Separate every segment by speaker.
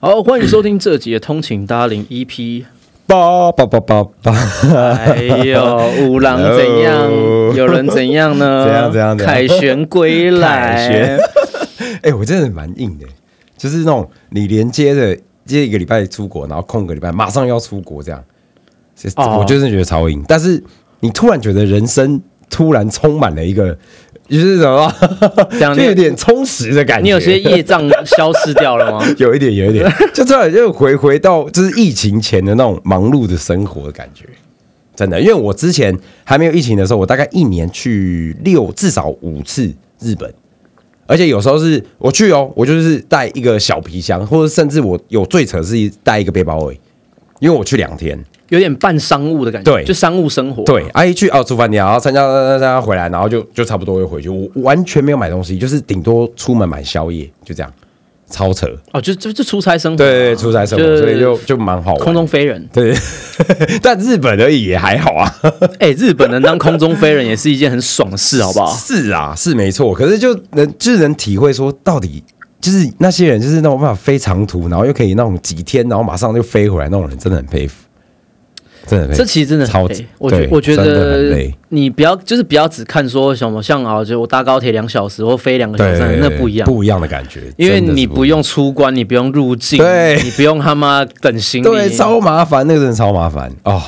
Speaker 1: 好，欢迎收听这集的《通勤搭零 EP
Speaker 2: 叭叭叭叭 叭，》。
Speaker 1: 哎呦，五郎怎样
Speaker 2: Hello
Speaker 1: 有人怎样呢？
Speaker 2: 怎样怎样怎样
Speaker 1: 凯旋归
Speaker 2: 凯旋
Speaker 1: 来，
Speaker 2: 哎、我真的蛮硬的，就是那种你连接着接一个礼拜出国，然后空个礼拜马上要出国这样，是
Speaker 1: 哦
Speaker 2: 我真的觉得超硬。但是你突然觉得人生突然充满了一个，就是什么，
Speaker 1: 这样
Speaker 2: 就有
Speaker 1: 你
Speaker 2: 点充实的感觉。
Speaker 1: 你有些业障消失掉了 吗？
Speaker 2: 有一点，有一点，就突然就回回到就是疫情前的那种忙碌的生活的感觉，真的。因为我之前还没有疫情的时候，我大概一年去六至少五次日本，而且有时候是我去哦，我就是带一个小皮箱，或者甚至我有最扯是带一个背包而已，因为我去两天，
Speaker 1: 有点半商务的感觉，
Speaker 2: 对
Speaker 1: 就商务生活。
Speaker 2: 对，，阿姨去哦，住饭店，然后参加参加回来，然后就就差不多又回去，我完全没有买东西，就是顶多出门买宵夜，就这样，超扯。
Speaker 1: 哦，就就就出差生活嘛，
Speaker 2: 对对，出差生活，
Speaker 1: 是
Speaker 2: 所以就就蛮好玩的。
Speaker 1: 空中飞人。
Speaker 2: 对， 但日本而已也还好啊。
Speaker 1: 哎，日本能当空中飞人也是一件很爽的事，好不好？
Speaker 2: 是啊，是没错。可是就能就是能体会说，到底就是那些人就是那种办法飞长途，然后又可以那种几天，然后马上就飞回来那种人，真的很佩服。真的很佩服，
Speaker 1: 这其实真的很
Speaker 2: 超
Speaker 1: 累
Speaker 2: 级，
Speaker 1: 我觉
Speaker 2: 对
Speaker 1: 我觉
Speaker 2: 真的很
Speaker 1: 得
Speaker 2: 累
Speaker 1: 你不要就是不要只看说什么像啊，就我搭高铁两小时或飞两个小时，
Speaker 2: 对，
Speaker 1: 那不一样，
Speaker 2: 不一样的感觉，
Speaker 1: 因为
Speaker 2: 真的是
Speaker 1: 你
Speaker 2: 不
Speaker 1: 不
Speaker 2: 一样。
Speaker 1: 用出关，你不用入境，
Speaker 2: 对
Speaker 1: 你不用他妈等行李，
Speaker 2: 对，超麻烦，那个真的超麻烦哦，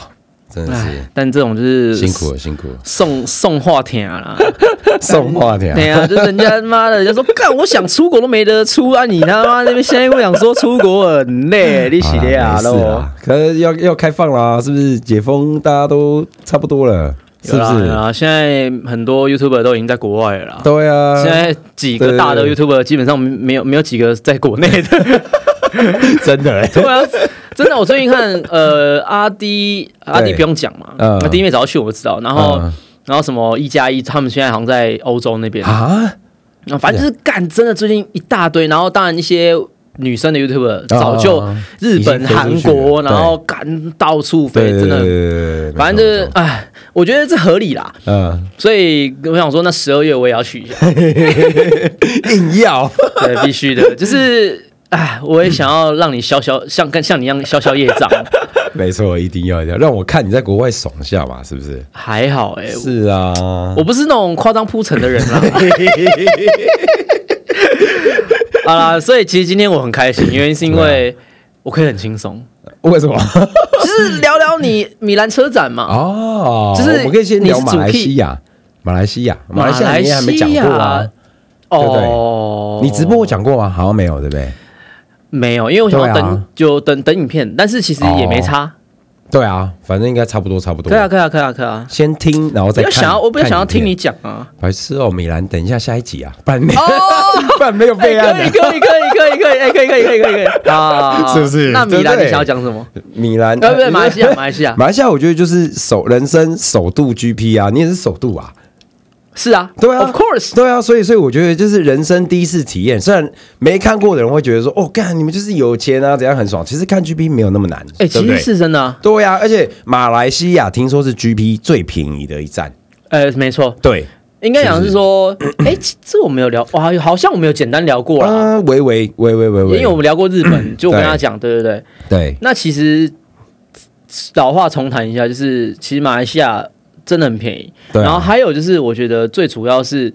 Speaker 2: 真的
Speaker 1: 唉
Speaker 2: 是。
Speaker 1: 但这种就是，
Speaker 2: 辛苦了，辛苦了
Speaker 1: 送送话帖 啦，
Speaker 2: 送话题啊！
Speaker 1: 对啊，就人家妈的，人家说干，我想出国都没得出啊！你他妈那边现在跟我讲说出国很累， 你洗
Speaker 2: 好啦
Speaker 1: 的啊
Speaker 2: 没事
Speaker 1: 喽。
Speaker 2: 啊，可是要要开放啦，是不是？解封大家都差不多了，是
Speaker 1: 有
Speaker 2: 不
Speaker 1: 啦有
Speaker 2: 啊是？
Speaker 1: 啦，现在很多 YouTuber 都已经在国外了啦。
Speaker 2: 对啊，
Speaker 1: 现在几个大的
Speaker 2: 对
Speaker 1: YouTuber 基本上没有没有几个在国内 的。
Speaker 2: 真的、欸，
Speaker 1: 对啊，真的，我最近看呃阿迪阿迪不用讲嘛，
Speaker 2: 嗯
Speaker 1: 阿迪妹早就去我知道，然后
Speaker 2: 嗯
Speaker 1: 然后什么一加一，他们现在好像在欧洲那边，
Speaker 2: 啊，
Speaker 1: 然后反正就是干真的最近一大堆，然后当然一些。女生的 YouTuber 早就
Speaker 2: 啊
Speaker 1: 日本、
Speaker 2: 已经飞出
Speaker 1: 韩
Speaker 2: 去了
Speaker 1: 国，
Speaker 2: 对
Speaker 1: 然后干到处飞，
Speaker 2: 对对
Speaker 1: 真
Speaker 2: 对对
Speaker 1: 的，
Speaker 2: 对，对
Speaker 1: 反正就是，哎，我觉得这合理啦。
Speaker 2: 嗯，
Speaker 1: 所以我想说，那十二月我也要去一下。
Speaker 2: 硬要，
Speaker 1: 对，必须的，就是。哎，我也想要让你消消，像跟像你一样消消业障，
Speaker 2: 没错，一定要一定要让我看你在国外爽一下嘛，是不是？
Speaker 1: 还好哎、
Speaker 2: 是啊，
Speaker 1: 我不是那种夸张铺陈的人 啦。好啦，所以其实今天我很开心，原因是因为我可以很轻松，
Speaker 2: 为什么？
Speaker 1: 啊就是聊聊你米兰车展嘛。
Speaker 2: 哦，
Speaker 1: 就是
Speaker 2: 我们可以先聊
Speaker 1: 你是
Speaker 2: 马
Speaker 1: 主
Speaker 2: 来西亚，马来西亚，马来西
Speaker 1: 马
Speaker 2: 亚
Speaker 1: 来
Speaker 2: 你也还没讲
Speaker 1: 西亚
Speaker 2: 过啊？对不对
Speaker 1: 哦，
Speaker 2: 你直播我讲过吗？好像没有，对不对？
Speaker 1: 没有？因为我想要
Speaker 2: 对
Speaker 1: 等，
Speaker 2: 啊哦
Speaker 1: 就等等影片，但是其实也没差。
Speaker 2: 对啊，反正应该差不多，差不多。
Speaker 1: 可以啊，可以啊，可以啊，可以啊。
Speaker 2: 先听，然后
Speaker 1: 不
Speaker 2: 再
Speaker 1: 要
Speaker 2: 看。
Speaker 1: 想要，我不要
Speaker 2: 看
Speaker 1: 想要
Speaker 2: 影片
Speaker 1: 听你。讲啊。
Speaker 2: 白痴哦，米兰，等一下下一集啊，不然没， 不然没有备案啊
Speaker 1: 哎
Speaker 2: 的。
Speaker 1: 可以可以可以可以可以，哎，可以可以可以 可以可以啊！
Speaker 2: 是不是
Speaker 1: 那米
Speaker 2: 对
Speaker 1: 兰，
Speaker 2: 不
Speaker 1: 你
Speaker 2: 对
Speaker 1: 想要讲什么？
Speaker 2: 米兰，
Speaker 1: 呃，不对，
Speaker 2: 呃
Speaker 1: 马来西亚，马来西亚
Speaker 2: 马来西亚，我觉得就是首人生首度 GP 啊，你也是首度啊，
Speaker 1: 是啊，
Speaker 2: 对啊
Speaker 1: ，Of course，
Speaker 2: 对啊，所以所以我觉得就是人生第一次体验，虽然没看过的人会觉得说，哦，干你们就是有钱啊，怎样很爽，其实看 GP 没有那么难，
Speaker 1: 哎，
Speaker 2: 对
Speaker 1: 其
Speaker 2: 不
Speaker 1: 实
Speaker 2: 对？
Speaker 1: 是真的啊，
Speaker 2: 对啊，而且马来西亚听说是 GP 最便宜的一站，
Speaker 1: 呃，没错，
Speaker 2: 对，
Speaker 1: 应该讲是说，哎，其这我没有聊，哇，好像我们有简单聊过啦，
Speaker 2: 啊，喂喂喂喂喂
Speaker 1: 因为我
Speaker 2: 喂，
Speaker 1: 们聊过日 本，就我跟他讲，对对对，
Speaker 2: 对，
Speaker 1: 那其实老话重谈一下，就是其实马来西亚真的很便宜，
Speaker 2: 对啊
Speaker 1: 然后还有就是我觉得最主要是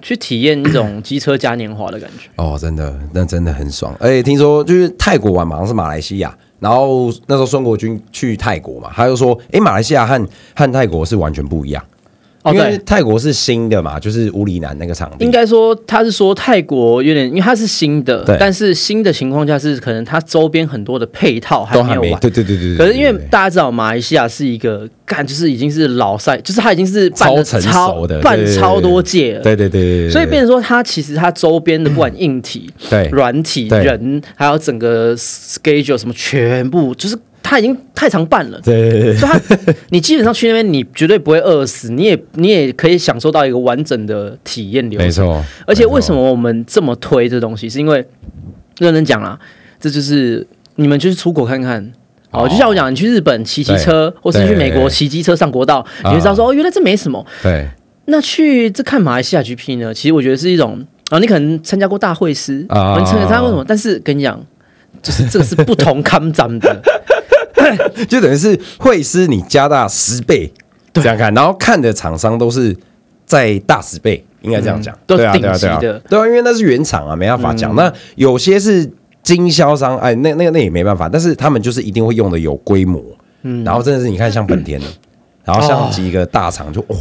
Speaker 1: 去体验一种机车嘉年华的感觉。
Speaker 2: 哦，真的，那真的很爽。而且听说就是泰国玩嘛，好像是马来西亚，然后那时候孙国军去泰国嘛，他就说，诶，马来西亚和和泰国是完全不一样，
Speaker 1: 哦，
Speaker 2: 因
Speaker 1: 对
Speaker 2: 为，泰国是新的嘛，就是乌里南那个场地，
Speaker 1: 应该说，他是说泰国有点，因为它是新的
Speaker 2: 对，
Speaker 1: 但是新的情况下是可能它周边很多的配套还
Speaker 2: 都
Speaker 1: 没
Speaker 2: 还
Speaker 1: 有
Speaker 2: 没，
Speaker 1: 完。
Speaker 2: 对对对对对。
Speaker 1: 可是因为
Speaker 2: 对对对
Speaker 1: 大家知道，马来西亚是一个干，就是已经是老赛，就是它已经是办了
Speaker 2: 超成
Speaker 1: 超
Speaker 2: 熟的
Speaker 1: 办
Speaker 2: 对对对
Speaker 1: 超多届了，
Speaker 2: 对对对对对，对
Speaker 1: 所以变成说它其实它周边的不管硬体、
Speaker 2: 对
Speaker 1: 软体、
Speaker 2: 对
Speaker 1: 人，还有整个 schedule 什么，全部就是它已经太常办了。
Speaker 2: 对对对对
Speaker 1: 所以它，你基本上去那边，你绝对不会饿死，你也你也可以享受到一个完整的体验流
Speaker 2: 对，没
Speaker 1: 程。
Speaker 2: 错。
Speaker 1: 而且为什么我们这么推这东西，是因为认真讲啦，这就是你们就是出国看看，哦，就像我讲，你去日本骑骑
Speaker 2: 对
Speaker 1: 车，或是去
Speaker 2: 对
Speaker 1: 美国
Speaker 2: 对啊
Speaker 1: 骑机车上国道，你就知道说哦，原来这没什么。
Speaker 2: 对，
Speaker 1: 那去这看马来西亚 GP 呢，其实我觉得是一种啊，你可能参加过大会师
Speaker 2: 啊
Speaker 1: 啊，你参加过什么？但是跟你讲，就是这个是不同看展的，
Speaker 2: 就等于是会师你加大十倍这样看，然后看的厂商都是在大十倍，应该这样讲
Speaker 1: 嗯，都是
Speaker 2: 对啊，对啊，
Speaker 1: 顶级
Speaker 2: 对啊，
Speaker 1: 的
Speaker 2: 对啊，因为那是原厂啊，没办法讲。那有些是经销商，哎，那那个那也没办法，但是他们就是一定会用的有规模，嗯，然后真的是你看像本田的，然后像几个大厂就哦，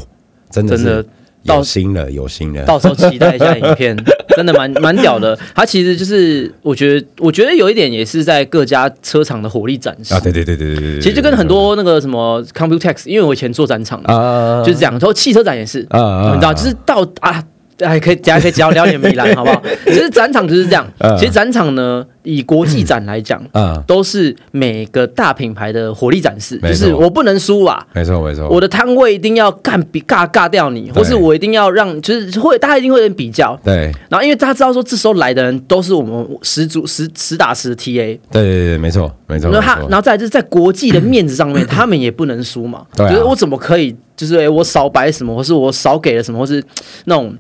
Speaker 2: 真的
Speaker 1: 真的
Speaker 2: 是有心了，有心了，
Speaker 1: 到时候期待一下影片，真的蛮蛮屌的。它其实就是我觉得，我觉得有一点也是在各家车厂的火力展示
Speaker 2: 啊，。对对对对对对对，对
Speaker 1: 其实就跟很多那个什么 Computex，因为我以前做展场的，
Speaker 2: 啊，
Speaker 1: 就是这样。然后汽车展也是，
Speaker 2: 啊啊
Speaker 1: 你知道，
Speaker 2: 啊
Speaker 1: 就是到啊，还可以，大家可以聊聊点米兰，好不 好？其实展场就是这样
Speaker 2: 啊。
Speaker 1: 其实展场呢，以国际展来讲，
Speaker 2: 啊，
Speaker 1: 都是每个大品牌的火力展示，
Speaker 2: 没
Speaker 1: 就
Speaker 2: 错哦
Speaker 1: 是我不能输啊。
Speaker 2: 没错没错，
Speaker 1: 我的摊位一定要干比尬尬掉你，或是我一定要让，就是会大家一定会有点比较，
Speaker 2: 对
Speaker 1: 然后因为大家知道说这时候来的人都是我们十足十十打十的 TA，
Speaker 2: 对对对，没错没错，
Speaker 1: 然后他
Speaker 2: 没错
Speaker 1: 然后再来就是在国际的面子上 面，他们也不能输嘛。
Speaker 2: 对啊
Speaker 1: 就是哎我怎么可以，就是、诶我少摆什么，或是我少给了什么，或是那种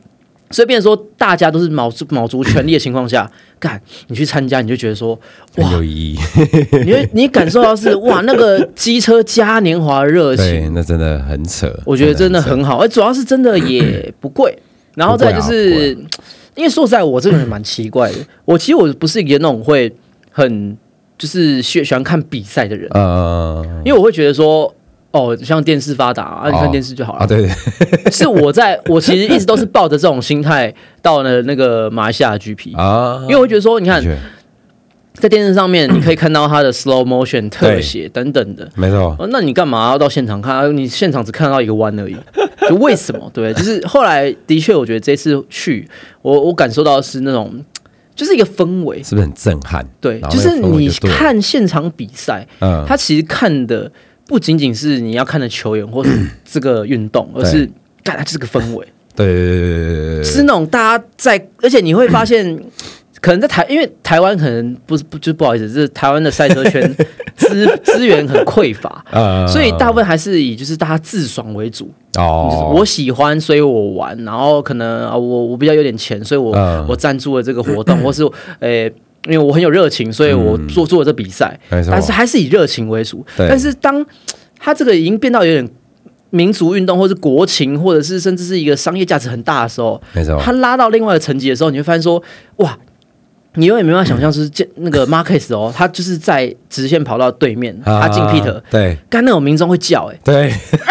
Speaker 1: 随便说，大家都是卯足卯足全力的情况 下，干你去参加，你就觉得说，哇
Speaker 2: 很，有意义，
Speaker 1: 你会你感受到 是哇那个机车嘉年华的热情
Speaker 2: 对，，那真的很扯，
Speaker 1: 我觉得真的
Speaker 2: 很扯。
Speaker 1: 很好，哎而主要是真的也不 贵。然后再来就
Speaker 2: 不贵啊
Speaker 1: 是，因为说实在，我这个人蛮奇怪的。我其实我不是一个那种会很就是喜喜欢看比赛的人，
Speaker 2: 呃，
Speaker 1: 因为我会觉得说，哦，像电视发达啊，你看电视就好
Speaker 2: 啊，
Speaker 1: 了。
Speaker 2: 对对，
Speaker 1: 是我在 我其实一直都是抱着这种心态到了那个马来西亚的 GP，
Speaker 2: 啊嗯
Speaker 1: 因为我会觉得说，你
Speaker 2: 的
Speaker 1: 看
Speaker 2: 确
Speaker 1: 在电视上 面，你可以看到它的 slow motion 特写等等的，
Speaker 2: 没错，
Speaker 1: 哦，那你干嘛要到现场看？啊你现场只看到一个弯而已，就为什么？ 对，就是后来的确，我觉得这次去，我我感受到的是那种，就是一个氛围，
Speaker 2: 是不是很震撼？
Speaker 1: 对，
Speaker 2: 然后
Speaker 1: 就
Speaker 2: 那个
Speaker 1: 是
Speaker 2: 氛围
Speaker 1: 你
Speaker 2: 对了，
Speaker 1: 看现场比赛，
Speaker 2: 嗯，
Speaker 1: 他其实看的不仅仅是你要看的球员或是这个运动，而是干它就是个氛围，
Speaker 2: 对对对对对对对
Speaker 1: 是
Speaker 2: 对，
Speaker 1: 那种大家在，而且你会发现。可能在台，因为台湾可能不是不就不好意思，就是台湾的赛车 圈资资源很匮乏，
Speaker 2: 呃
Speaker 1: 所以大部分还是以就是大家自爽为主。就是
Speaker 2: 哦，
Speaker 1: 我喜欢，所以我玩。然后可能啊，我我比较有点钱，所以我、
Speaker 2: 嗯
Speaker 1: 我赞助了这个活动，或是诶、因为我很有热情，所以我
Speaker 2: 嗯
Speaker 1: 做做了这比赛。
Speaker 2: 没错
Speaker 1: 但是还是以热情为主。
Speaker 2: 对
Speaker 1: 但是当它这个已经变到有点民族运动，或是国情，或者是甚至是一个商业价值很大的时候，
Speaker 2: 没错
Speaker 1: 它拉到另外的层级的时候，你会发现说，哇。你永远没办法想象，就是这那个 Marcus 哦，他就是在直线跑到对面，
Speaker 2: 啊
Speaker 1: 他进 Peter，
Speaker 2: 对
Speaker 1: 干那种民众会叫、欸，
Speaker 2: 对，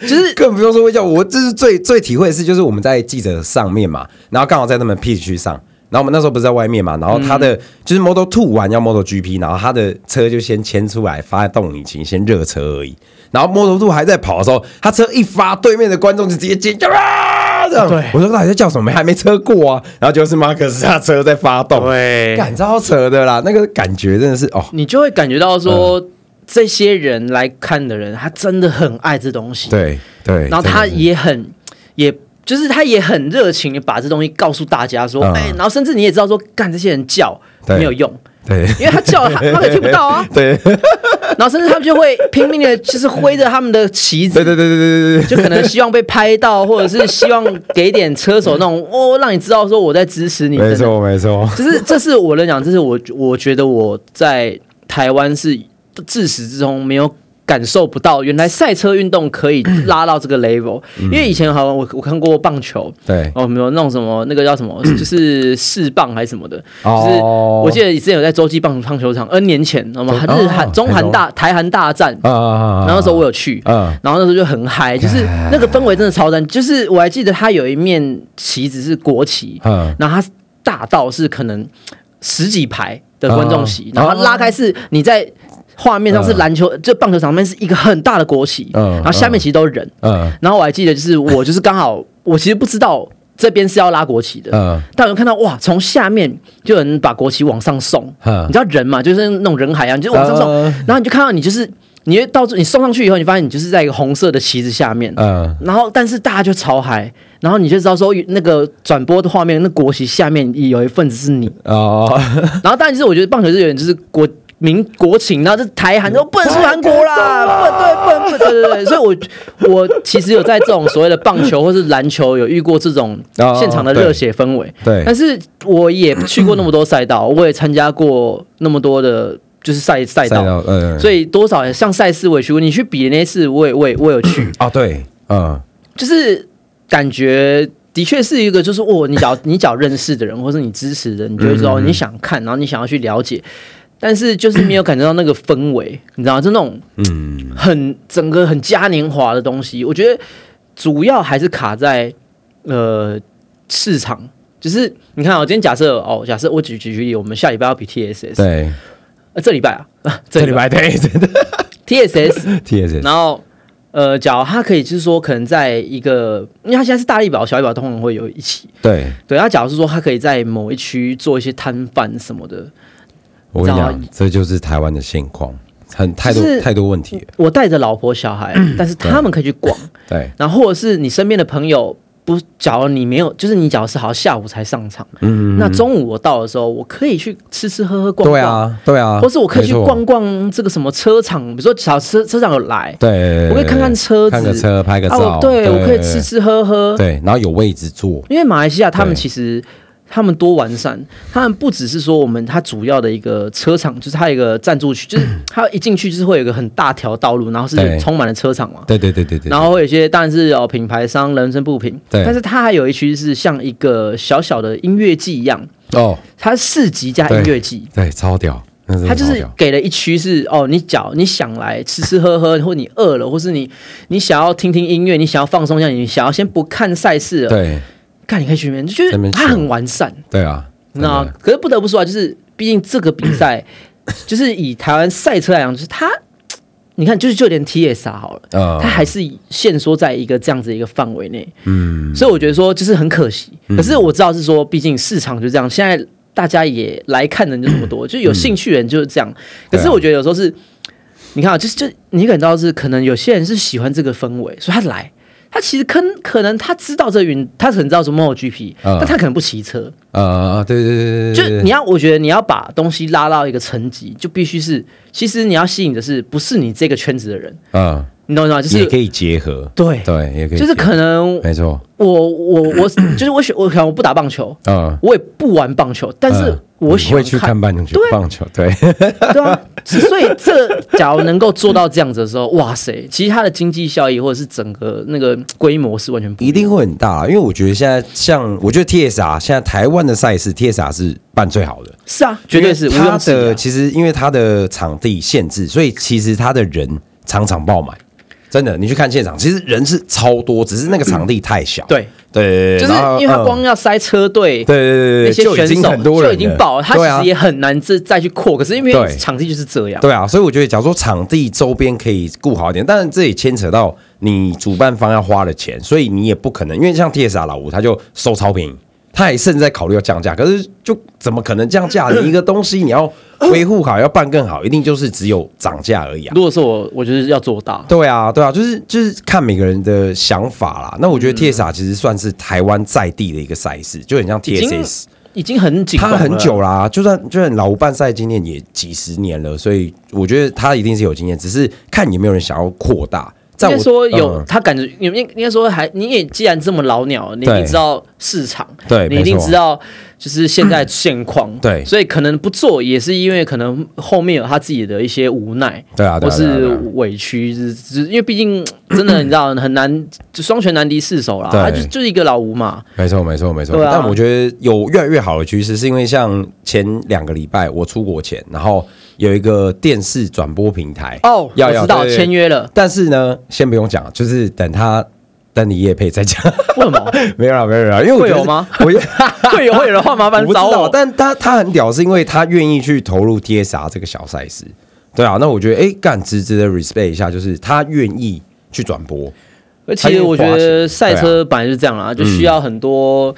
Speaker 1: 就是
Speaker 2: 更不用说微笑，我这是最最体会的是，就是我们在记者上面嘛，然后刚好在他们 P 区上，然后我们那时候不是在外面嘛，然后他
Speaker 1: 嗯
Speaker 2: 的、就是 Model Two 完要 Model GP，然后他的车就先牵出来发动引擎，先热车而已。然后 Model Two 还在跑的时候，他车一发，对面的观众就直接尖叫啊！这样，
Speaker 1: 对
Speaker 2: 我说到底在叫什么？还没车过啊！然后就是马克思他车在发动，
Speaker 1: 对
Speaker 2: 干超扯的啦，那个感觉真的是哦，
Speaker 1: 你就会感觉到说，
Speaker 2: 嗯
Speaker 1: 这些人来看的人，他真的很爱这东西，，
Speaker 2: 对对，
Speaker 1: 然后他
Speaker 2: 哎真的是
Speaker 1: 也很，也就是他也很热情的把这东西告诉大家说，
Speaker 2: 嗯
Speaker 1: 哎、然后甚至你也知道说，干这些人叫
Speaker 2: 对
Speaker 1: 没有用。
Speaker 2: 对。。
Speaker 1: 因为他叫了，他他可以听不到啊
Speaker 2: 对对
Speaker 1: 然后甚至他们就会拼命的，就是挥着他们的旗子，
Speaker 2: 对对对对对对，
Speaker 1: 就可能希望被拍到，或者是希望给点车手那种哦，让你知道说我在支持你。
Speaker 2: 没
Speaker 1: 等等
Speaker 2: 错没错，
Speaker 1: 就是这是我来讲，这是我我觉得我在台湾是自始至终没有感受不到，原来赛车运动可以
Speaker 2: 嗯
Speaker 1: 拉到这个 level。因为以前好像我我看过棒球，
Speaker 2: 对
Speaker 1: 哦，没有那种什么那个叫什 么，就是世棒还是什么的，就是
Speaker 2: 哦
Speaker 1: 我记得之前有在洲际棒棒球场 N 年前，那么
Speaker 2: 洲
Speaker 1: 日韩
Speaker 2: 哦
Speaker 1: 中韩大台韩大战，
Speaker 2: 啊啊啊！
Speaker 1: 哦然后那时候我有去，
Speaker 2: 嗯哎
Speaker 1: 然后那时候就很嗨，就是那个氛围真的超赞。就是我还记得它有一面旗子是国旗，
Speaker 2: 嗯
Speaker 1: 然后它大到是可能十几排的观众席，
Speaker 2: 哦
Speaker 1: 然后它拉开是你在画面上是篮球，就棒球场面是一个很大的国旗，
Speaker 2: 嗯
Speaker 1: 然后下面其实都是人。
Speaker 2: 嗯
Speaker 1: 然后我还记得就是我就是刚好我其实不知道这边是要拉国旗的，
Speaker 2: 嗯
Speaker 1: 但我就看到哇，从下面就有人把国旗往上送，
Speaker 2: 嗯
Speaker 1: 你知道人嘛，就是那种人海啊，你就往上送，
Speaker 2: 嗯
Speaker 1: 然后你就看到你就是，你会到处你送上去以后，你发现你就是在一个红色的旗子下面，
Speaker 2: 嗯，
Speaker 1: 然后但是大家就超嗨，然后你就知道说那个转播的画面，那国旗下面有一份子是你，
Speaker 2: 哦，
Speaker 1: 然后当然就是我觉得棒球是有点就是国民国情，然后就台韩说哦不能输韩国啦，不能对，不能对对对，所以我我其实有在这种所谓的棒球或是篮球有遇过这种
Speaker 2: 哦
Speaker 1: 现场的热血氛围，
Speaker 2: 对
Speaker 1: 但是我也去过那么多赛道，我也参加过那么多的，就是赛赛
Speaker 2: 赛
Speaker 1: 道，
Speaker 2: 道，嗯，
Speaker 1: 所
Speaker 2: 以
Speaker 1: 以多少像赛事我也去过，你去比那次我也我也我有去，
Speaker 2: 哦，对，嗯，
Speaker 1: 就是感觉的确是一个，就是哦，你只要 你只要认识的人，或是你支持的人，你就会知道你想看，然后你想要去了解，但是就是没有感觉到那个氛围，你知道，就那种嗯，很整个很嘉年华的东西，我觉得主要还是卡在呃市场。就是你看啊、我今天假设哦，假设我举举举例，我们下礼拜要比 TSS，
Speaker 2: 对，
Speaker 1: 呃，这礼拜啊，啊
Speaker 2: 这礼 拜对，真的
Speaker 1: TSS
Speaker 2: T S
Speaker 1: 然后呃，假如他可以就是说，可能在一个，因为他现在是大力宝、小力宝通常会有一起，
Speaker 2: 对，
Speaker 1: 对。他假如是说他可以在某一区做一些摊贩什么的，
Speaker 2: 我跟你
Speaker 1: 你
Speaker 2: 讲，这就是台湾的现况，很太多
Speaker 1: 就是
Speaker 2: 太多问题了，
Speaker 1: 我带着老婆小孩，但是他们可以去逛，
Speaker 2: 嗯对，
Speaker 1: 然后或者是你身边的朋友。不，假如你没有，就是你假如是好像下午才上场，嗯，那中午我到的时候，我可以去吃吃喝喝逛逛，
Speaker 2: 对啊，对啊，
Speaker 1: 或是我可以去
Speaker 2: 没错
Speaker 1: 逛，逛这个什么车厂，比如说小车车厂有来，
Speaker 2: 对对，对
Speaker 1: 我可以
Speaker 2: 对
Speaker 1: 看看车子，
Speaker 2: 看个车，拍个
Speaker 1: 啊我
Speaker 2: 照，
Speaker 1: 对我可以吃，吃喝喝，
Speaker 2: 对对，然后有位置坐，
Speaker 1: 因为马来西亚他们
Speaker 2: 对
Speaker 1: 其实他们多完善，他们不只是说我们它主要的一个车场，就是它有一个赞助区，就是 它一进去就是会有一个很大条道路，然后
Speaker 2: 对
Speaker 1: 是充满了车场嘛。
Speaker 2: 对对对对对，
Speaker 1: 然后会有一些当然是有品牌商人生不平，
Speaker 2: 对
Speaker 1: 但是它还有一区是像一个小小的音乐季一样，
Speaker 2: 哦，
Speaker 1: 它是市集加音乐季，
Speaker 2: 对，超屌，那真
Speaker 1: 它
Speaker 2: 的
Speaker 1: 就
Speaker 2: 超
Speaker 1: 是
Speaker 2: 屌，
Speaker 1: 给了一区是哦，你脚你想来吃吃喝喝，或你饿了，或是你你想要听听音乐，你想要放松一下，你想要先不看赛事了，
Speaker 2: 对
Speaker 1: 看你可以去那边，就觉
Speaker 2: 在那
Speaker 1: 得
Speaker 2: 边
Speaker 1: 它
Speaker 2: 秀
Speaker 1: 很完善。
Speaker 2: 对啊，真的
Speaker 1: 那可是不得不说啊，就是毕竟这个比 赛，就是以台湾赛车来讲，就是它，你看，就是就连 TSR 好了，
Speaker 2: 呃
Speaker 1: 它还是限缩在一个这样子的一个范围内。嗯，所以我觉得说就是很可惜。
Speaker 2: 嗯
Speaker 1: 可是我知道是说，毕竟市场就这样，现在大家也来看的人就这么
Speaker 2: 嗯
Speaker 1: 多，就有兴趣的人就是这样。
Speaker 2: 啊
Speaker 1: 可是我觉得有时候是，你看啊，就是就你感到是可能有些人是喜欢这个氛围，所以他来。他其实可可能他知道这云，他可能知道什么 GP，、
Speaker 2: 嗯
Speaker 1: 但他可能不骑车。
Speaker 2: 呃，对对对对
Speaker 1: 就
Speaker 2: 对对，
Speaker 1: 你要，我觉得你要把东西拉到一个层级，就必须是，其实你要吸引的是不是你这个圈子的人，
Speaker 2: 嗯，
Speaker 1: 你懂我意思吗？就
Speaker 2: 也
Speaker 1: 是
Speaker 2: 可以结合，
Speaker 1: 对
Speaker 2: 对，也可以结合，
Speaker 1: 就是可能
Speaker 2: 没错，
Speaker 1: 我我我就是我喜我可能我不打棒球，
Speaker 2: 嗯。
Speaker 1: 我也不玩棒球，但是
Speaker 2: 嗯
Speaker 1: 我
Speaker 2: 你
Speaker 1: 喜
Speaker 2: 会
Speaker 1: 欢
Speaker 2: 去
Speaker 1: 看，
Speaker 2: 看棒球，棒球对，
Speaker 1: 对啊，所以这假如能够做到这样子的时候，哇塞，其实它的经济效益或者是整个那个规模是完全不
Speaker 2: 一定会很大，因为我觉得现在像我觉得 TSR 现在台湾的赛事 TSR 是办最好的，
Speaker 1: 是啊，绝对是
Speaker 2: 因
Speaker 1: 无
Speaker 2: 为它
Speaker 1: 庸置疑
Speaker 2: 的
Speaker 1: 啊。
Speaker 2: 其实因为它的场地限制，所以其实它的人常常爆满。真的，你去看现场，其实人是超多，只是那个场地太小。
Speaker 1: 对
Speaker 2: 对对，
Speaker 1: 就是
Speaker 2: 然后
Speaker 1: 因为它
Speaker 2: 嗯
Speaker 1: 光要塞车队，
Speaker 2: 对对对
Speaker 1: 那
Speaker 2: 对，
Speaker 1: 些
Speaker 2: 就已
Speaker 1: 选
Speaker 2: 经
Speaker 1: 手
Speaker 2: 很多人
Speaker 1: 就已经
Speaker 2: 了
Speaker 1: 爆了，他
Speaker 2: 对啊
Speaker 1: 其实也很难再再去扩。可是因为
Speaker 2: 对
Speaker 1: 场地就是这样，
Speaker 2: 对啊，所以我觉得，假如说场地周边可以顾好一点，但是这也牵扯到你主办方要花的钱，所以你也不可能，因为像 TSR 老吴他就收超便宜，他也甚至在考虑要降价，可是就怎么可能降价？你一个东西你要维护好，要办更好，一定就是只有涨价而已啊。
Speaker 1: 如果是我，我就是要做到。
Speaker 2: 对啊，对啊，就是就是看每个人的想法啦。那我觉得 TSR 其实算是台湾在地的一个赛事，就很像
Speaker 1: 已经
Speaker 2: TSS。
Speaker 1: 已经很紧绷
Speaker 2: 他
Speaker 1: 了，
Speaker 2: 很久啦、就算就算老吴办赛经验也几十年了，所以我觉得他一定是有经验，只是看有没有人想要扩大。在
Speaker 1: 应
Speaker 2: 我
Speaker 1: 该说有、
Speaker 2: 嗯
Speaker 1: 他感觉，你应应该说还你也既然这么老鸟，你一
Speaker 2: 对
Speaker 1: 定知道市场，
Speaker 2: 对
Speaker 1: 你一定
Speaker 2: 没错
Speaker 1: 知道就是现 在现况，
Speaker 2: 对
Speaker 1: 所以可能不做也是因为可能后面有他自己的一些无奈，
Speaker 2: 对啊对
Speaker 1: 或
Speaker 2: 啊对啊
Speaker 1: 是
Speaker 2: 对啊
Speaker 1: 委屈，是是因为毕竟 真的你知道很难，就双拳难敌四手啦，
Speaker 2: 对
Speaker 1: 他就就是一个老吴嘛，
Speaker 2: 没错没错没错、
Speaker 1: 对啊
Speaker 2: 但我觉得有越来越好的趋势，是因为像前两个礼拜我出国前，然后有一个电视转播平台
Speaker 1: 哦，
Speaker 2: 要
Speaker 1: 我
Speaker 2: 要
Speaker 1: 知道
Speaker 2: 对对对
Speaker 1: 签约了，
Speaker 2: 但是呢，先不用讲，就是等他等你叶配再讲。
Speaker 1: 为什么？
Speaker 2: 没有啦没有啦，因为我觉得
Speaker 1: 会有吗
Speaker 2: 我也。
Speaker 1: 会有会有的话，麻烦
Speaker 2: 不知
Speaker 1: 找
Speaker 2: 道
Speaker 1: 我。
Speaker 2: 但他他很屌，是因为他愿意去投入 TSR 这个小赛事。对啊，那我觉得哎，干值值得 respect 一下，就是他愿意去转播。
Speaker 1: 而且我觉得赛车
Speaker 2: 啊
Speaker 1: 本来就是这样
Speaker 2: 嗯
Speaker 1: 啦，就需要很多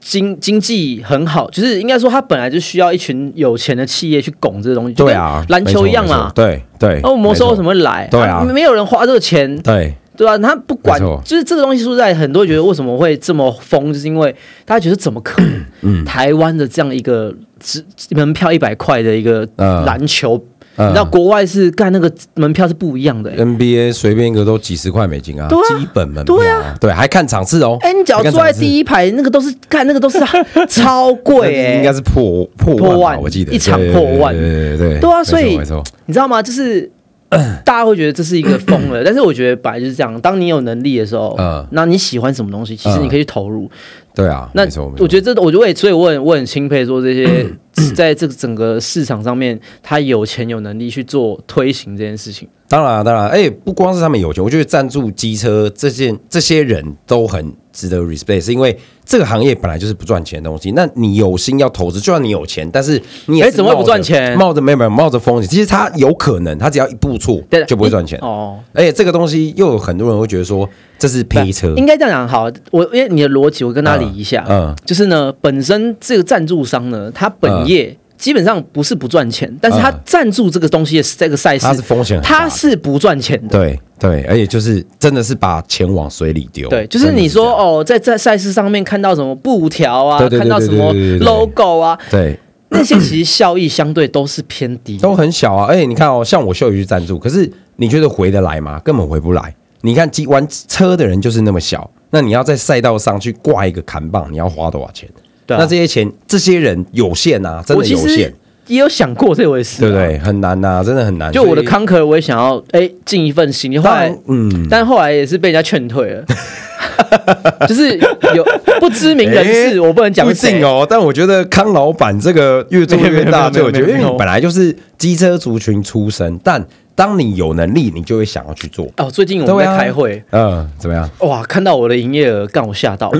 Speaker 1: 经经济很好，就是应该说它本来就需要一群有钱的企业去拱这个东西，就
Speaker 2: 对
Speaker 1: 跟
Speaker 2: 啊，
Speaker 1: 篮球一样
Speaker 2: 没错没
Speaker 1: 嘛哦
Speaker 2: 错。对对。
Speaker 1: 那我魔兽为什
Speaker 2: 么？
Speaker 1: 么会来？
Speaker 2: 对啊
Speaker 1: 没有人花这个钱，
Speaker 2: 对
Speaker 1: 对吧、他不管
Speaker 2: 没错，
Speaker 1: 就是这个东西说实在，很多人
Speaker 2: 嗯
Speaker 1: 觉得为什么会这么疯，就是因为大家觉得怎么可能？台湾的这样一个只门票一百块的一个
Speaker 2: 嗯
Speaker 1: 篮球，
Speaker 2: 嗯
Speaker 1: 你知道国外是干那个门票是不一样的、欸。
Speaker 2: NBA 随便一个都几十块美金啊，
Speaker 1: 对啊
Speaker 2: 基本门票、
Speaker 1: 对啊
Speaker 2: 对，还看场次哦。
Speaker 1: 哎、你只要
Speaker 2: 还看
Speaker 1: 坐在
Speaker 2: 场次
Speaker 1: 第一排，那个都是干，那个都是 超贵 哎、
Speaker 2: 应该是破破
Speaker 1: 破
Speaker 2: 万吧，
Speaker 1: 万
Speaker 2: 我记得
Speaker 1: 一场
Speaker 2: 对
Speaker 1: 破万
Speaker 2: 对对对对
Speaker 1: 对啊，
Speaker 2: 没错
Speaker 1: 所以
Speaker 2: 没错，
Speaker 1: 你知道吗？ 就是大家会觉得这是一个疯了，但是我觉得本来就是这样。当你有能力的时候
Speaker 2: 嗯，
Speaker 1: 那、你喜欢什么东西，其实
Speaker 2: 嗯
Speaker 1: 你可以去投入。
Speaker 2: 对啊，
Speaker 1: 那
Speaker 2: 没错，没错
Speaker 1: 我觉得这，我就会，所以我很我很钦佩说这些， 在这个整个市场上面，他有钱有能力去做推行这件事情。
Speaker 2: 当然啊当然啊，哎、不光是他们有钱，我觉得赞助机车这件这些人都很值得 respect，是因为这个行业本来就是不赚钱的东西。那你有心要投资，就算你有钱，但是你也
Speaker 1: 哎
Speaker 2: 是
Speaker 1: 怎么会
Speaker 2: 冒
Speaker 1: 不
Speaker 2: 着
Speaker 1: 赚钱
Speaker 2: 冒着没有没有冒着风险，其实他有可能，他只要一步错
Speaker 1: 对的，
Speaker 2: 就不会赚钱
Speaker 1: 一。哦。
Speaker 2: 而且这个东西又有很多人会觉得说这是
Speaker 1: 不
Speaker 2: 配车，
Speaker 1: 应该这样讲好，我因为你的逻辑，我跟他理一下，
Speaker 2: 嗯嗯
Speaker 1: 就是呢，本身这个赞助商呢，他本业基本上不是不赚钱，但是他
Speaker 2: 嗯
Speaker 1: 赞助这个东西的这个赛事，
Speaker 2: 它是风险很大
Speaker 1: 他
Speaker 2: 的
Speaker 1: 是不赚钱的。
Speaker 2: 对对，而且就是真的是把钱往水里丢。
Speaker 1: 对，就是
Speaker 2: 真的
Speaker 1: 你
Speaker 2: 这
Speaker 1: 说
Speaker 2: 样
Speaker 1: 哦，在在赛事上面看到什么布条啊，
Speaker 2: 对对对
Speaker 1: 看到什么
Speaker 2: 对对对对对
Speaker 1: logo 啊，
Speaker 2: 对，
Speaker 1: 那些其实效益相对都是偏低的。
Speaker 2: 都很小啊。而且你看哦，像我秀鱼去赞助，可是你觉得回得来吗？根本回不来。你看机玩车的人就是那么小，那你要在赛道上去挂一个砍棒，你要花多少钱？
Speaker 1: 对啊
Speaker 2: 那这些钱，这些人有限啊，真
Speaker 1: 我
Speaker 2: 的
Speaker 1: 其
Speaker 2: 有
Speaker 1: 实
Speaker 2: 限，
Speaker 1: 也有想过这回事、啊
Speaker 2: 对不？对？很难呐、真的很难。
Speaker 1: 就我的
Speaker 2: 所以
Speaker 1: conquer，我也想要哎尽一份心，后
Speaker 2: 当
Speaker 1: 来
Speaker 2: 然，嗯，
Speaker 1: 但后来也是被人家劝退了。 就是有不知名人士，
Speaker 2: 诶
Speaker 1: 我不能讲
Speaker 2: 不
Speaker 1: 谁
Speaker 2: 定。哦，但我觉得康老板这个越做越大，
Speaker 1: 没有没
Speaker 2: 对
Speaker 1: 有
Speaker 2: 我觉得，
Speaker 1: 没有
Speaker 2: 因
Speaker 1: 没有
Speaker 2: 为你本来就是机车族群出身，但当你有能力，你就会想要去做。
Speaker 1: 哦，最近我
Speaker 2: 对
Speaker 1: 们
Speaker 2: 啊
Speaker 1: 在开会，
Speaker 2: 嗯，怎么样？
Speaker 1: 哇，看到我的营业额，干我吓到。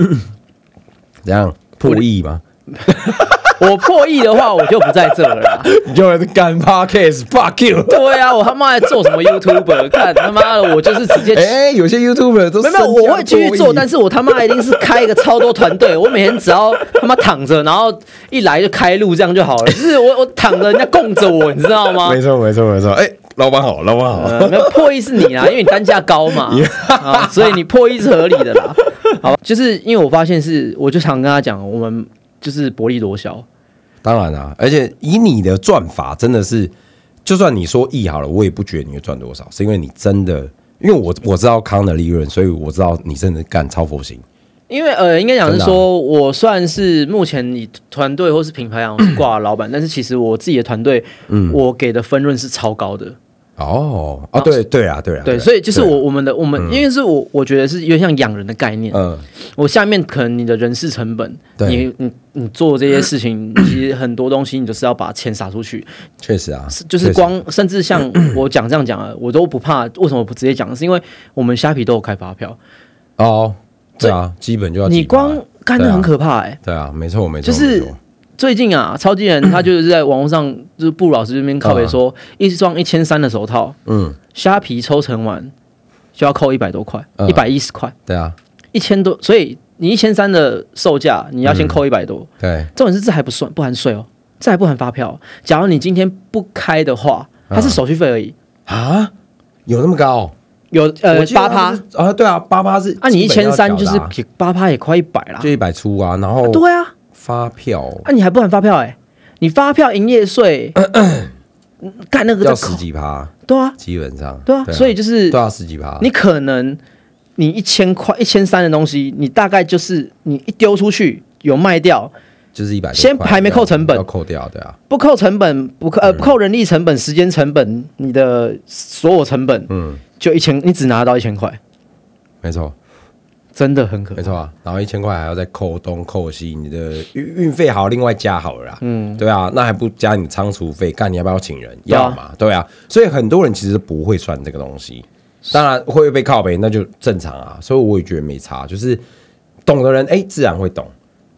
Speaker 2: 怎样破亿吗？
Speaker 1: 我破亿的话，我就不在这了 啦。
Speaker 2: 你就干 podcast，fuck you！
Speaker 1: 对啊，我他妈在做什么 YouTuber？看他妈的，我就是直接去。
Speaker 2: 哎、有些 YouTuber 都
Speaker 1: 没有，没有
Speaker 2: 身价
Speaker 1: 我会继续
Speaker 2: 过亿
Speaker 1: 做，但是我他妈一定是开一个超多团队，我每天只要 他妈躺着，然后一来就开路，这样就好了。就是我我躺着，人家供着我，你知道吗
Speaker 2: 没？错没错没错。哎、老板好，老板好。
Speaker 1: 呃，没有破亿是你 啦，因为你单价高嘛，啊，所以你破亿是合理的啦。好吧，就是因为我发现是，我就常跟他讲，我们就是薄利多销，
Speaker 2: 当然啦、而且以你的赚法，真的是，就算你说亿好了，我也不觉得你会赚多少，是因为你真的，因为我我知道康的利润，所以我知道你真的干超佛心。
Speaker 1: 因为呃，应该讲是
Speaker 2: 真的啊
Speaker 1: 说，我算是目前以团队或是品牌行是挂老板，但 是其实我自己的团队，
Speaker 2: 嗯
Speaker 1: 我给的分润是超高的。
Speaker 2: 哦哦，对对啊对啊，
Speaker 1: 对，
Speaker 2: 啊
Speaker 1: 所以就是
Speaker 2: 对啊
Speaker 1: 我我们的我们，因为是我我觉得是有点像养人的概念。
Speaker 2: 嗯
Speaker 1: 我下面可能你的人事成本，
Speaker 2: 对
Speaker 1: 你你你做这些事 情，其实很多东西你就是要把钱撒出去，
Speaker 2: 确实啊，
Speaker 1: 就
Speaker 2: 确
Speaker 1: 是
Speaker 2: 实
Speaker 1: 光甚至像 我讲这样讲啊，我都不怕。为什么不直接讲？是因为我们虾皮都有开发票，
Speaker 2: 哦，对啊，基本就要
Speaker 1: 你
Speaker 2: 几百
Speaker 1: 光干的很可怕哎、
Speaker 2: 对啊，没错没错，
Speaker 1: 就是
Speaker 2: 没错
Speaker 1: 最近啊，超级 人他就是在网络上，就是布鲁老师这边靠北
Speaker 2: 啊
Speaker 1: 说，一双一千三的手套，
Speaker 2: 嗯
Speaker 1: 虾皮抽成完就要扣一百多块，
Speaker 2: 嗯
Speaker 1: 一百一十块，
Speaker 2: 对啊
Speaker 1: 一千多，所以你一千三的售价，你
Speaker 2: 嗯
Speaker 1: 要先扣一百多。
Speaker 2: 对
Speaker 1: 重点是这还不算不含税哦，这还不含发票哦、假如你今天不开的话，它是手续费而已，
Speaker 2: 啊，有那么高？
Speaker 1: 有呃
Speaker 2: 我记得
Speaker 1: 八
Speaker 2: 它
Speaker 1: 趴
Speaker 2: 是。啊，对啊，八趴是
Speaker 1: 啊，你一
Speaker 2: 基本
Speaker 1: 千
Speaker 2: 要
Speaker 1: 三
Speaker 2: 缴
Speaker 1: 就
Speaker 2: 的
Speaker 1: 是
Speaker 2: 啊
Speaker 1: 比八趴也快一百啦。
Speaker 2: 就一百出啊，然后
Speaker 1: 对啊，
Speaker 2: 发票
Speaker 1: 啊你还不含发票哎、你发票营业税，嗯干那个
Speaker 2: 要
Speaker 1: 再
Speaker 2: 十
Speaker 1: 扣，
Speaker 2: 几趴，
Speaker 1: 对啊，
Speaker 2: 基本上
Speaker 1: 对啊，所以就是
Speaker 2: 对啊十几趴，
Speaker 1: 你可能你一千块、一千三的东西，你大概就是你一丢出去有卖掉，
Speaker 2: 就是一百，
Speaker 1: 先还没扣成本
Speaker 2: 要扣掉对啊，
Speaker 1: 不扣成本，不扣
Speaker 2: 嗯
Speaker 1: 呃不扣人力成本、时间成本，你的所有成本，
Speaker 2: 嗯，
Speaker 1: 就一千，你只拿到一千块，
Speaker 2: 没错
Speaker 1: 真的很可
Speaker 2: 没
Speaker 1: 怕。
Speaker 2: 错啊，然后一千块还要再扣东扣西，你的运运费好另外加好了啦，嗯，对啊，那还不加你的仓储费，干你要不要请人？
Speaker 1: 对啊
Speaker 2: 要嘛，对啊，所以很多人其实不会算这个东西，当然会被靠背那就正常啊，所以我也觉得没差，就是懂的人哎自然会懂。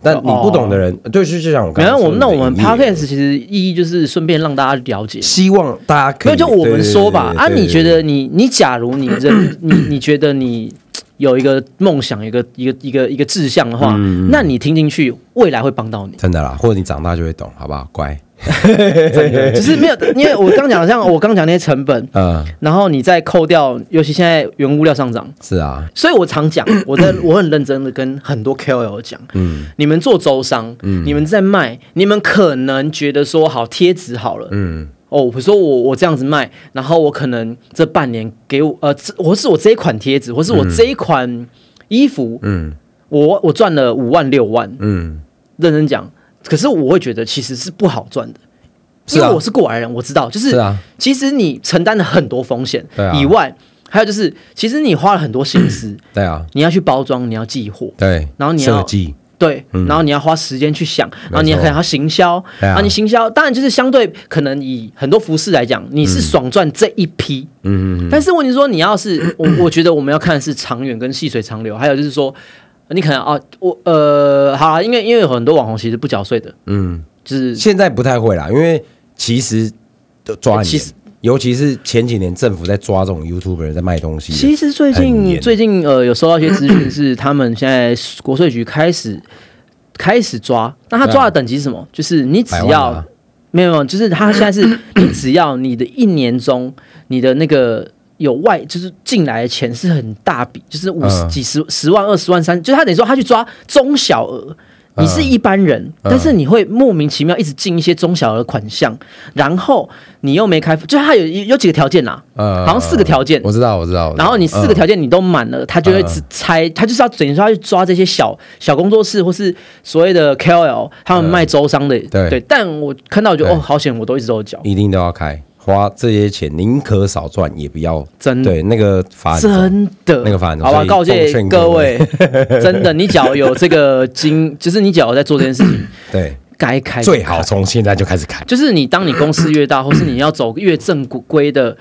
Speaker 2: 但你不懂的人，对，就就像我刚
Speaker 1: 哦没
Speaker 2: 才
Speaker 1: 有，我
Speaker 2: 说的
Speaker 1: 们那我们
Speaker 2: 营业额
Speaker 1: podcast 其实意义就是顺便让大家了解，
Speaker 2: 希望大家可
Speaker 1: 没
Speaker 2: 以
Speaker 1: 有就我们说吧。啊，
Speaker 2: 对对对对
Speaker 1: 你觉得你你假如你 认你你觉得你有一个梦想，一个一个一个一个
Speaker 2: 嗯
Speaker 1: 志向的话，那你听进去，未来会帮到你。
Speaker 2: 真的啦，或者你长大就会懂，好不好？乖，真的
Speaker 1: 只是没有，因为我刚讲像我刚讲那些成 本，
Speaker 2: 嗯，
Speaker 1: 然后你再扣掉，尤其现在原物料上涨，
Speaker 2: 是啊，
Speaker 1: 所以我常 讲，我在我很认真的跟很多 KOL 讲，嗯，你们做周商，嗯，你们在卖，你们可能觉得说好贴纸好了，
Speaker 2: 嗯，
Speaker 1: 哦，我说我我这样子卖，然后我可能这半年给我呃，这或是我这一款贴纸，或是我这一款衣服，
Speaker 2: 嗯
Speaker 1: 我我赚了五万六万，
Speaker 2: 嗯，
Speaker 1: 认真讲，可是我会觉得其实是不好赚的。
Speaker 2: 是
Speaker 1: 因
Speaker 2: 啊
Speaker 1: 为我是过来人，我知道，就是
Speaker 2: 是啊
Speaker 1: 其实你承担了很多风险、
Speaker 2: 对啊
Speaker 1: 以外，还有就是，其实你花了很多心思，
Speaker 2: 对啊，
Speaker 1: 你要去包装，你要寄货，
Speaker 2: 对，
Speaker 1: 然后你要
Speaker 2: 设计，
Speaker 1: 对，然后你要花时间去想，然后你
Speaker 2: 嗯没错
Speaker 1: 可能要行销，
Speaker 2: 对啊
Speaker 1: 然后你行销，当然就是相对可能以很多服饰来讲，你是爽赚这一批，
Speaker 2: 嗯嗯嗯
Speaker 1: 但是问题是说你要 是我，我觉得我们要看的是长远跟细水长流，还有就是说你可能啊，我呃，好啦，因为因为有很多网红其实不缴税的，
Speaker 2: 嗯，
Speaker 1: 就是
Speaker 2: 现在不太会啦，因为其实都抓很
Speaker 1: 其实
Speaker 2: 严，尤其是前几年政府在抓这种 YouTuber 在卖东西的，
Speaker 1: 其实最
Speaker 2: 很
Speaker 1: 近
Speaker 2: 严
Speaker 1: 最近呃有收到一些资讯，是他们现在国税局开始开始抓，那他
Speaker 2: 对啊
Speaker 1: 抓的等级是什么？就是你只
Speaker 2: 百万
Speaker 1: 要、
Speaker 2: 啊
Speaker 1: 没有没有，就是他现在是你只要你的一年中你的那个。有外就是进来的钱是很大笔，就是五十
Speaker 2: 嗯
Speaker 1: 几十、十万、二十万、三，就是他等于说他去抓中小额，你是一般人，
Speaker 2: 嗯
Speaker 1: 但是你会莫名其妙一直进一些中小额款项，然后你又没开，就是他有有几个条件啦、
Speaker 2: 呃
Speaker 1: 好像四个条件
Speaker 2: 我知道，我知道，我知道嗯
Speaker 1: 然后你四个条件你都满了，他就会只拆，他就是要等于说要去抓这些小小工作室或是所谓的 KOL，他们卖周商的，
Speaker 2: 嗯对
Speaker 1: 但我看到我觉得
Speaker 2: 对
Speaker 1: 哦，好险，我都一直都有缴
Speaker 2: 嗯，一定都要开，花这些钱宁可少赚也不要，
Speaker 1: 真的
Speaker 2: 对那个罚很重
Speaker 1: 真的，
Speaker 2: 那个反正
Speaker 1: 好吧，
Speaker 2: 所以
Speaker 1: 告诫
Speaker 2: 奉劝
Speaker 1: 各
Speaker 2: 各
Speaker 1: 位
Speaker 2: 位，
Speaker 1: 真的，你缴有这个经，就是你缴有在做这件事情，
Speaker 2: 对，
Speaker 1: 该开就
Speaker 2: 最好
Speaker 1: 开
Speaker 2: 从现在就开始开，
Speaker 1: 就是你当你公司越大，或是你要走越正规的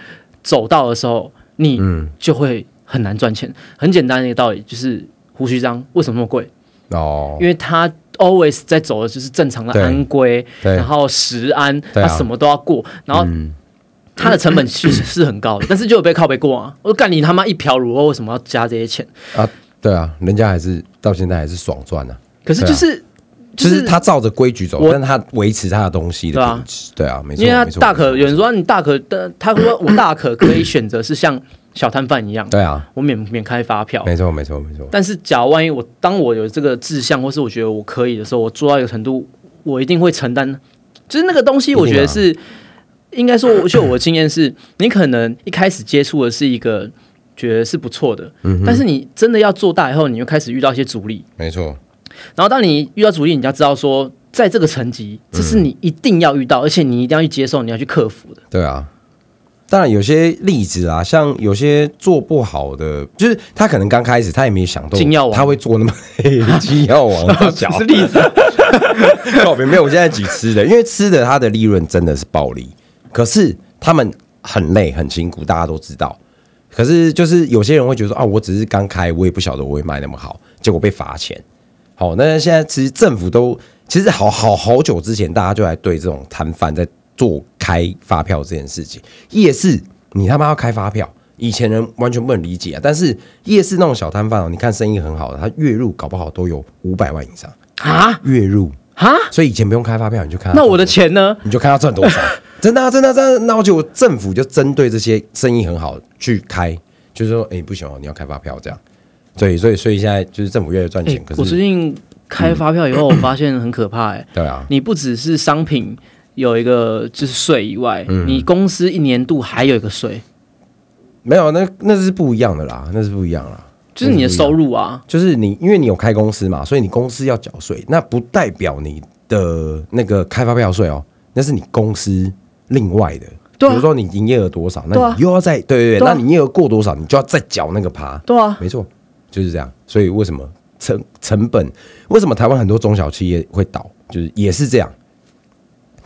Speaker 1: 走道的时候，你
Speaker 2: 嗯
Speaker 1: 就会很难赚钱。很简单的一个道理，就是胡须章为什么那么贵？
Speaker 2: 哦
Speaker 1: 因，为他 always 在走的就是正常的
Speaker 2: 对
Speaker 1: 安规，
Speaker 2: 对
Speaker 1: 然后食安，
Speaker 2: 对
Speaker 1: 他
Speaker 2: 啊
Speaker 1: 什么都要过，然后
Speaker 2: 嗯
Speaker 1: 他的成本其实是很 高的，但是就有被靠背过啊！我说干你他妈一瓢卤肉，为什么要加这些钱？
Speaker 2: 啊，对啊，人家还是到现在还是爽赚啊。
Speaker 1: 可是就是、
Speaker 2: 就
Speaker 1: 就是是
Speaker 2: 他照着规矩走
Speaker 1: 我，
Speaker 2: 但他维持他的东西
Speaker 1: 对
Speaker 2: 的
Speaker 1: 啊
Speaker 2: 品质。对啊，没错。
Speaker 1: 因为他
Speaker 2: 没错
Speaker 1: 大可有人说啊你大可的，他说我大可可以选择是像小摊贩一样，
Speaker 2: 对啊，
Speaker 1: 我免免开发票。
Speaker 2: 没错，没错，没错。
Speaker 1: 但是假如万一我当我有这个志向，或是我觉得我可以的时候，我做到一个程度，我一定会承担。就是那个东西，我觉得是、应该说，就我的经验是，你可能一开始接触的是一个觉得是不错的，但是你真的要做大以后，你就开始遇到一些阻力。
Speaker 2: 没错，
Speaker 1: 然后当你遇到阻力，你就要知道说，在这个层级，这是你一定要遇到，而且你一定要去接受，你要去克服的。
Speaker 2: 对啊。当然有些例子啊，像有些做不好的，就是他可能刚开始他也没想到
Speaker 1: 金药王
Speaker 2: 他会做那么嘿 金药王小
Speaker 1: 是例子，
Speaker 2: 告别没有，我现在举吃的，因为吃的它的利润真的是暴利，可是他们很累很辛苦，大家都知道。可是就是有些人会觉得说啊，我只是刚开，我也不晓得我会卖那么好，结果被罚钱。好，那现在其实政府都其实好好好久之前，大家就来对这种摊贩在做开发票这件事情，夜市你他妈要开发票。以前人完全不能理解啊，但是夜市那种小摊贩哦，你看生意很好的，他月入搞不好都有五百万以上，
Speaker 1: 啊
Speaker 2: 月入
Speaker 1: 啊！
Speaker 2: 所以以前不用开发票，你就看他
Speaker 1: 那我的钱呢？
Speaker 2: 你就看他 赚多少，真的、啊、真的、啊、真的、啊。那我就政府就针对这些生意很好去开，就是说，哎、不行哦，你要开发票这样。对，所以所以现在就是政府越来越赚
Speaker 1: 哎、
Speaker 2: 钱，可
Speaker 1: 我最
Speaker 2: 是
Speaker 1: 近开发票以后，我发现很可怕哎、
Speaker 2: 对啊，
Speaker 1: 你不只是商品有一个就是税以外，
Speaker 2: 嗯
Speaker 1: 你公司一年度还有一个税，
Speaker 2: 没有啊那那是不一样的啦，那是不一样啦。
Speaker 1: 就是你的收入啊。
Speaker 2: 就是你因为你有开公司嘛，所以你公司要缴税，那不代表你的那个开发票税哦，那是你公司另外的。
Speaker 1: 对啊
Speaker 2: 比如说你营业额多少，
Speaker 1: 对
Speaker 2: 那
Speaker 1: 啊
Speaker 2: 你又要再对对对，
Speaker 1: 对啊
Speaker 2: 那你营业额过多少，你就要再缴那个趴。
Speaker 1: 对啊，
Speaker 2: 没错，就是这样。所以为什么成成本？为什么台湾很多中小企业会倒？就是也是这样，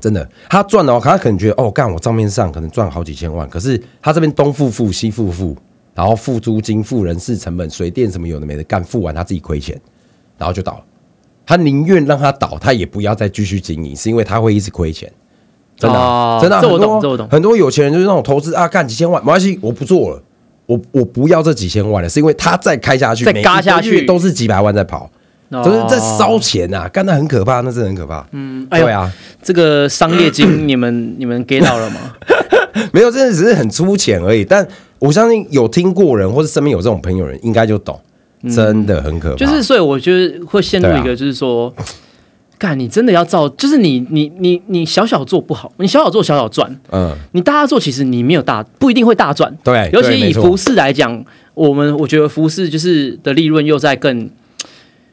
Speaker 2: 真的。他赚了哦，他可能觉得哦，干我账面上可能赚好几千万，可是他这边东付付西付付，然后付租金、付人事成本、水电什么有的没的干，付完他自己亏钱，然后就倒了。他宁愿让他倒，他也不要再继续经营，是因为他会一直亏钱。真的
Speaker 1: 哦
Speaker 2: 啊、真的啊、
Speaker 1: 这我
Speaker 2: 很多
Speaker 1: 懂这我懂
Speaker 2: 很多有钱人就是那种投资啊，干几千万没关系，我不做了，我我不要这几千万了，是因为他再开下去，
Speaker 1: 再
Speaker 2: 每
Speaker 1: 嘎
Speaker 2: 一个
Speaker 1: 下去
Speaker 2: 月都是几百万在跑，
Speaker 1: 哦
Speaker 2: 嗯就是在烧钱啊，干的很可怕，那真的很可怕。嗯，
Speaker 1: 哎呦
Speaker 2: 对啊，
Speaker 1: 这个商业 经你们你们 get 到了吗？哎
Speaker 2: 没有，真的只是很粗浅而已。但我相信有听过人，或是身边有这种朋友人，应该就懂，真的很可怕。
Speaker 1: 嗯就是，所以我觉得会陷入一
Speaker 2: 对啊
Speaker 1: 个，就是说，干、你真的要照，就是你你你你小小做不好，你小小做小小赚，
Speaker 2: 嗯，
Speaker 1: 你大家做其实你没有大，不一定会大赚。
Speaker 2: 对
Speaker 1: 尤其
Speaker 2: 对没
Speaker 1: 以
Speaker 2: 错
Speaker 1: 服饰来讲，我们我觉得服饰就是的利润又在更，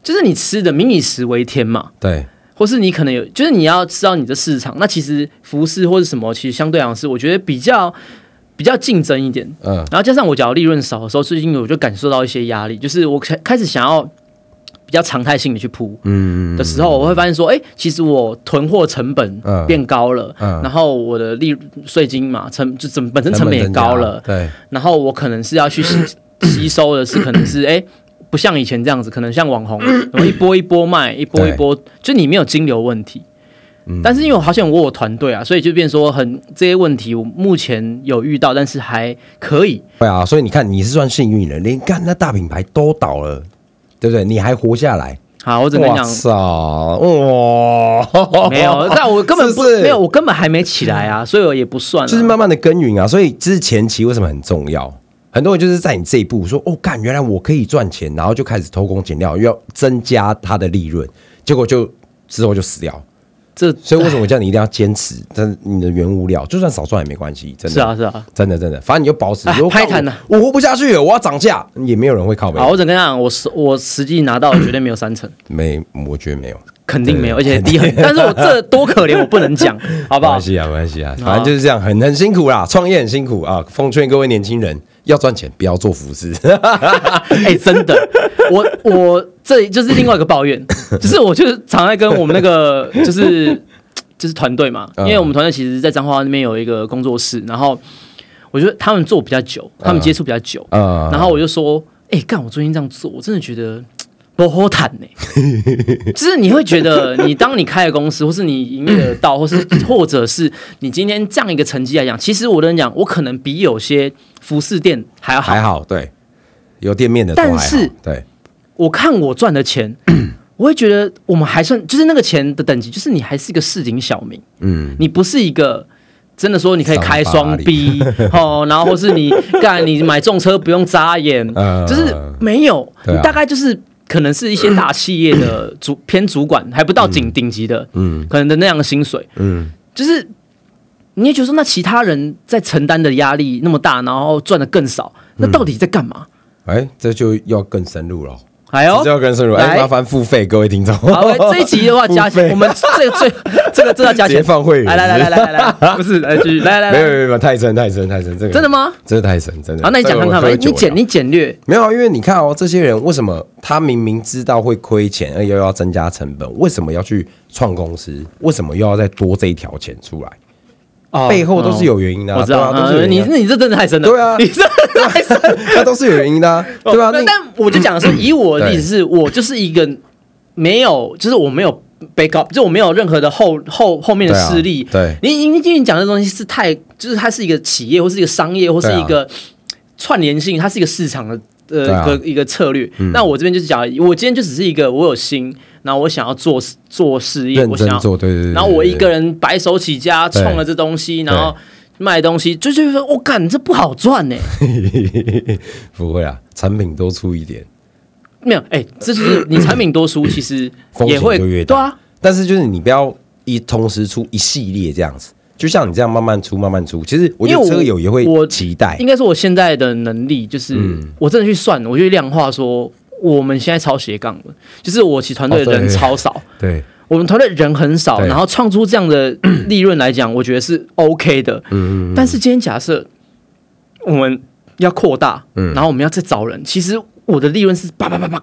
Speaker 1: 就是你吃的民以食为天嘛，
Speaker 2: 对，
Speaker 1: 或是你可能有，就是你要知道你的市场。那其实服饰或者什么，其实相对来讲是我觉得比较比较竞争一点。
Speaker 2: 嗯，
Speaker 1: 然后加上我假如利润少的时候，最近我就感受到一些压力，就是我开开始想要比较常态性的去铺，嗯的时候，我会发现说，哎、其实我囤货成本
Speaker 2: 嗯
Speaker 1: 变高了，
Speaker 2: 嗯
Speaker 1: 然后我的利税金嘛，成就整本身成本也
Speaker 2: 增加
Speaker 1: 高了，
Speaker 2: 对，
Speaker 1: 然后我可能是要去 吸吸收的是，可能是哎。诶不像以前这样子，可能像网红，
Speaker 2: 嗯
Speaker 1: 然后一波一波卖，一波一波，就你没有金流问题。
Speaker 2: 嗯
Speaker 1: 但是因为我好像我有团队啊，所以就变说很这些问题，我目前有遇到，但是还可以。
Speaker 2: 对啊，所以你看，你是算幸运的，连干那大品牌都倒了，对不对？你还活下来，
Speaker 1: 好，我只能
Speaker 2: 哇
Speaker 1: 讲
Speaker 2: 操，哇，
Speaker 1: 没有，但我根本不
Speaker 2: 是不是
Speaker 1: 没有，我根本还没起来啊，所以我也不算啊。
Speaker 2: 就是慢慢的耕耘啊。所以之前期为什么很重要？很多人就是在你这一步说，哦，干，原来我可以赚钱，然后就开始偷工减料，要增加他的利润，结果就之后就死掉。
Speaker 1: 这
Speaker 2: 所以为什么我叫你一定要坚持？但你的原物料就算少赚也没关系，真的。
Speaker 1: 是啊是啊。
Speaker 2: 真的真的，反正你就保持。
Speaker 1: 哎
Speaker 2: 如果
Speaker 1: 拍
Speaker 2: 干
Speaker 1: 坛啊
Speaker 2: 我我活不下去了，我要涨价，也没有人会靠背。
Speaker 1: 好，我只能跟你讲，我实我实际拿到的绝对没有三成，
Speaker 2: 没，我觉得没有。
Speaker 1: 肯定没有，而
Speaker 2: 对
Speaker 1: 且低很。 但是我这多可怜，我不能讲，好不
Speaker 2: 没
Speaker 1: 好
Speaker 2: 关？系啊，没关系啊，反正就是这样，很很辛苦啦，创业很辛苦啊。奉劝各位年轻人，要赚钱，不要做服 饰。
Speaker 1: 哎、真的，我我这就是另外一个抱怨，就是我就是常在跟我们那个就是就是团队嘛，因为我们团队其实在彰化那边有一个工作室，然后我觉得他们做比较久，他们接触比较久，
Speaker 2: 嗯
Speaker 1: 然后我就说，哎、干，我最近这样做，我真的觉得。不好谈呢、就是你会觉得，你当你开了公司，或是你营业额到，或是或者是你今天这样一个成绩来讲，其实我跟你讲，我可能比有些服饰店还要好
Speaker 2: 还。好，对，有店面的都还好，
Speaker 1: 但是
Speaker 2: 对，
Speaker 1: 我看我赚的 钱，我会觉得我们还算就是那个钱的等级，就是你还是一个市井小民，
Speaker 2: 嗯，
Speaker 1: 你不是一个。真的说，你可以开
Speaker 2: 上
Speaker 1: 双
Speaker 2: 巴黎
Speaker 1: B 哦，然后或是你干你买重车不用眨 眼，
Speaker 2: 呃
Speaker 1: 就是没有，
Speaker 2: 对啊
Speaker 1: 你大概就是可能是一些大企业的主偏主管，还不到顶顶级的，嗯，可能的那样的薪水，
Speaker 2: 嗯，
Speaker 1: 就是你也觉得说，那其他人在承担的压力那么大，然后赚的更少，
Speaker 2: 嗯
Speaker 1: 那到底在干嘛？
Speaker 2: 哎，这就要更深入了，
Speaker 1: 哎呦，
Speaker 2: 这就要更深入，哎，
Speaker 1: 来
Speaker 2: 麻烦付费，各位听众。
Speaker 1: 好，哎这一集的话加
Speaker 2: 付费
Speaker 1: 钱，我们这个最这个这要加
Speaker 2: 直接
Speaker 1: 钱，
Speaker 2: 放会员
Speaker 1: 来来来来来来来，不是，来继续来来
Speaker 2: 没有没
Speaker 1: 来，
Speaker 2: 有没有，太深太深太深，这个
Speaker 1: 真的吗？
Speaker 2: 真的太深，真的。
Speaker 1: 好，那你讲看看吧，
Speaker 2: 这个我喝酒
Speaker 1: 你简
Speaker 2: 了
Speaker 1: 你简略，
Speaker 2: 没有啊，因为你看哦，这些人为什么他明明知道会亏钱，哎而又要增加成本，为什么要去创公司？为什么又要再多这一条钱出来？
Speaker 1: 哦
Speaker 2: 背后都是有原因的啊、
Speaker 1: 我知
Speaker 2: 对
Speaker 1: 道，
Speaker 2: 啊，都是有
Speaker 1: 嗯
Speaker 2: 原
Speaker 1: 你
Speaker 2: 因的啊、
Speaker 1: 你这真的太深了，
Speaker 2: 对啊
Speaker 1: 你这真的太深了，
Speaker 2: 那都是有原因的啊、嗯对吧、
Speaker 1: 哦但
Speaker 2: 那
Speaker 1: 但我就讲的是，以我的例子是，我就是一个没有，就是我没有 back up，就我没有任何的后后后面的势力。
Speaker 2: 对啊对
Speaker 1: 你因为因为你讲的东西是太，就是它是一个企业，或是一个商业，或是
Speaker 2: 对啊
Speaker 1: 一个串联性，它是一个市场的。呃，
Speaker 2: 对啊嗯
Speaker 1: 一个一个策略。那我这边就是讲，我今天就只是一个我有心，然后我想要做做事业，
Speaker 2: 认
Speaker 1: 我想
Speaker 2: 真
Speaker 1: 要
Speaker 2: 做，对对对对。
Speaker 1: 然后我一个
Speaker 2: 人，
Speaker 1: 人白手起家
Speaker 2: 对
Speaker 1: 创了这东西，然后卖东西，就就是说，我、哦干，这不好赚呢、
Speaker 2: 不会啊，产品多出一点，
Speaker 1: 没有，哎、这就是你产品多出，其实
Speaker 2: 嗯风
Speaker 1: 也
Speaker 2: 险
Speaker 1: 会
Speaker 2: 就越
Speaker 1: 对
Speaker 2: 大。
Speaker 1: 啊，
Speaker 2: 但是就是你不要一同时出一系列这样子，就像你这样慢慢出，慢慢出。其实我觉
Speaker 1: 因为
Speaker 2: 得
Speaker 1: 我
Speaker 2: 车友也会
Speaker 1: 我
Speaker 2: 期待
Speaker 1: 应，该说我现在的能力就是，
Speaker 2: 嗯
Speaker 1: 我真的去算，我去量化说，我们现在超斜杠了，就是我其实团队
Speaker 2: 哦对
Speaker 1: 的人超少，
Speaker 2: 对，
Speaker 1: 我们团队人很少，
Speaker 2: 对
Speaker 1: 然后创出这样的利润来讲，我觉得是 OK 的。嗯但是今天假设我们要扩大，
Speaker 2: 嗯
Speaker 1: 然后我们要再找人，其实我的利润是叭叭叭叭，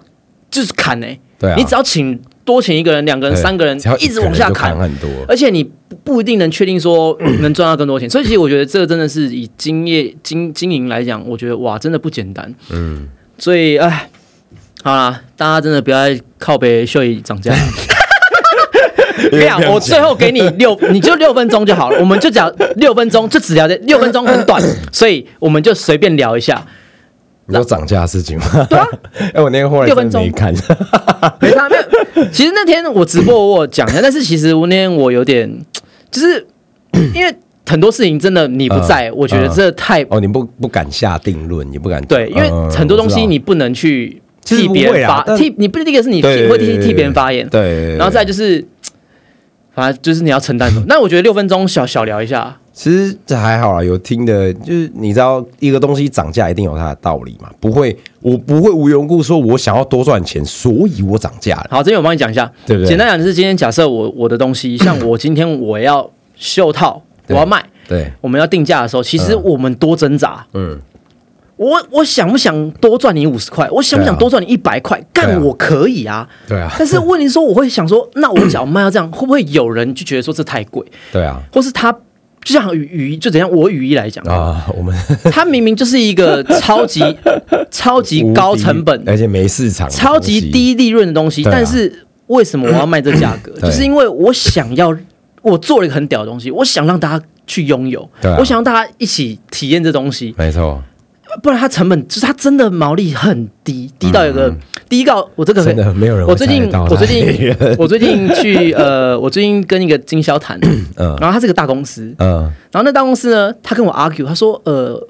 Speaker 1: 就是砍哎、
Speaker 2: 对啊
Speaker 1: 你只要请多请一个人、两个人、
Speaker 2: 对
Speaker 1: 三个人
Speaker 2: 只要，
Speaker 1: 一
Speaker 2: 个
Speaker 1: 直
Speaker 2: 人
Speaker 1: 往下
Speaker 2: 就
Speaker 1: 砍呃
Speaker 2: 砍，很多，
Speaker 1: 而且你不不一定能确定说 能赚到更多钱，所以其实我觉得这个真的是以经业经经营来讲，我觉得哇，真的不简单。嗯，所以哎，好啦，大家真的不要再靠北秀姨涨 价。我跟你讲，我最后给你六，你就六分钟就好了，我们就讲六分钟，就只聊这六分钟很 短，所以我们就随便聊一下，
Speaker 2: 你说涨价的事情吗？对啊，哎、我那个后来
Speaker 1: 六分
Speaker 2: 真的没
Speaker 1: 钟
Speaker 2: 看，
Speaker 1: 没差，没有其实那天我直播我有讲一下，但是其实我那天我有点，就是 因为很多事情真的你不在，
Speaker 2: 嗯
Speaker 1: 我觉得
Speaker 2: 嗯
Speaker 1: 这太、
Speaker 2: 哦，你不不敢下定论，你不敢嗯
Speaker 1: 对，因为很多东西你不能去
Speaker 2: 其实
Speaker 1: 替
Speaker 2: 不
Speaker 1: 别
Speaker 2: 会
Speaker 1: 人
Speaker 2: 啊
Speaker 1: 发
Speaker 2: 但
Speaker 1: 替，你不是第一个是你
Speaker 2: 对
Speaker 1: 替
Speaker 2: 对
Speaker 1: 会
Speaker 2: 对
Speaker 1: 替
Speaker 2: 对
Speaker 1: 替别人发言，
Speaker 2: 对，对
Speaker 1: 然后再就是，反正就是你要承担什 么。那我觉得六分钟小小聊一下，
Speaker 2: 其实这还好啦，有听的，就是你知道一个东西涨价一定有它的道理嘛，不会，我不会无缘无故说我想要多赚钱，所以我涨价了。
Speaker 1: 好，这边我帮你讲一下，
Speaker 2: 对不对
Speaker 1: 简单讲就是今天假设我我的东西， 像我今天我要袖套，我
Speaker 2: 对
Speaker 1: 要卖，
Speaker 2: 对，
Speaker 1: 我们要定价的时候，其实
Speaker 2: 嗯
Speaker 1: 我们多挣扎。
Speaker 2: 嗯，
Speaker 1: 我我想不想多赚你五十块？我想不想
Speaker 2: 对啊
Speaker 1: 多赚你一百块？干、
Speaker 2: 对啊
Speaker 1: 我可以 啊，
Speaker 2: 对啊
Speaker 1: 但是问题是说，我会想说，那我想卖到这样，会不会有人就觉得说这太贵，
Speaker 2: 对啊，
Speaker 1: 或是他就像雨雨衣，就怎样？我雨衣来讲，
Speaker 2: 啊，我们
Speaker 1: 它明明就是一个超 级超级高成本
Speaker 2: 无敌、而且没市场，
Speaker 1: 超级，低利润的东西，
Speaker 2: 对啊
Speaker 1: 但是为什么我要卖这价格？
Speaker 2: 对
Speaker 1: 就
Speaker 2: 啊
Speaker 1: 是因为我想要，我做了一个很屌的东西，我想让大家去拥有，
Speaker 2: 对啊
Speaker 1: 我想让大家一起体验这东西，
Speaker 2: 没错，
Speaker 1: 不然它成本就是它真的毛利很低，低到有个、低到我这个
Speaker 2: 嗯真的没有人会
Speaker 1: 我最近
Speaker 2: 猜得到
Speaker 1: 我最近
Speaker 2: 来源
Speaker 1: 我最近去 呃，我最近跟一个经销谈，
Speaker 2: 嗯
Speaker 1: 然后他是个大公司，
Speaker 2: 嗯，
Speaker 1: 然后那大公司呢，他跟我 argue，他说呃，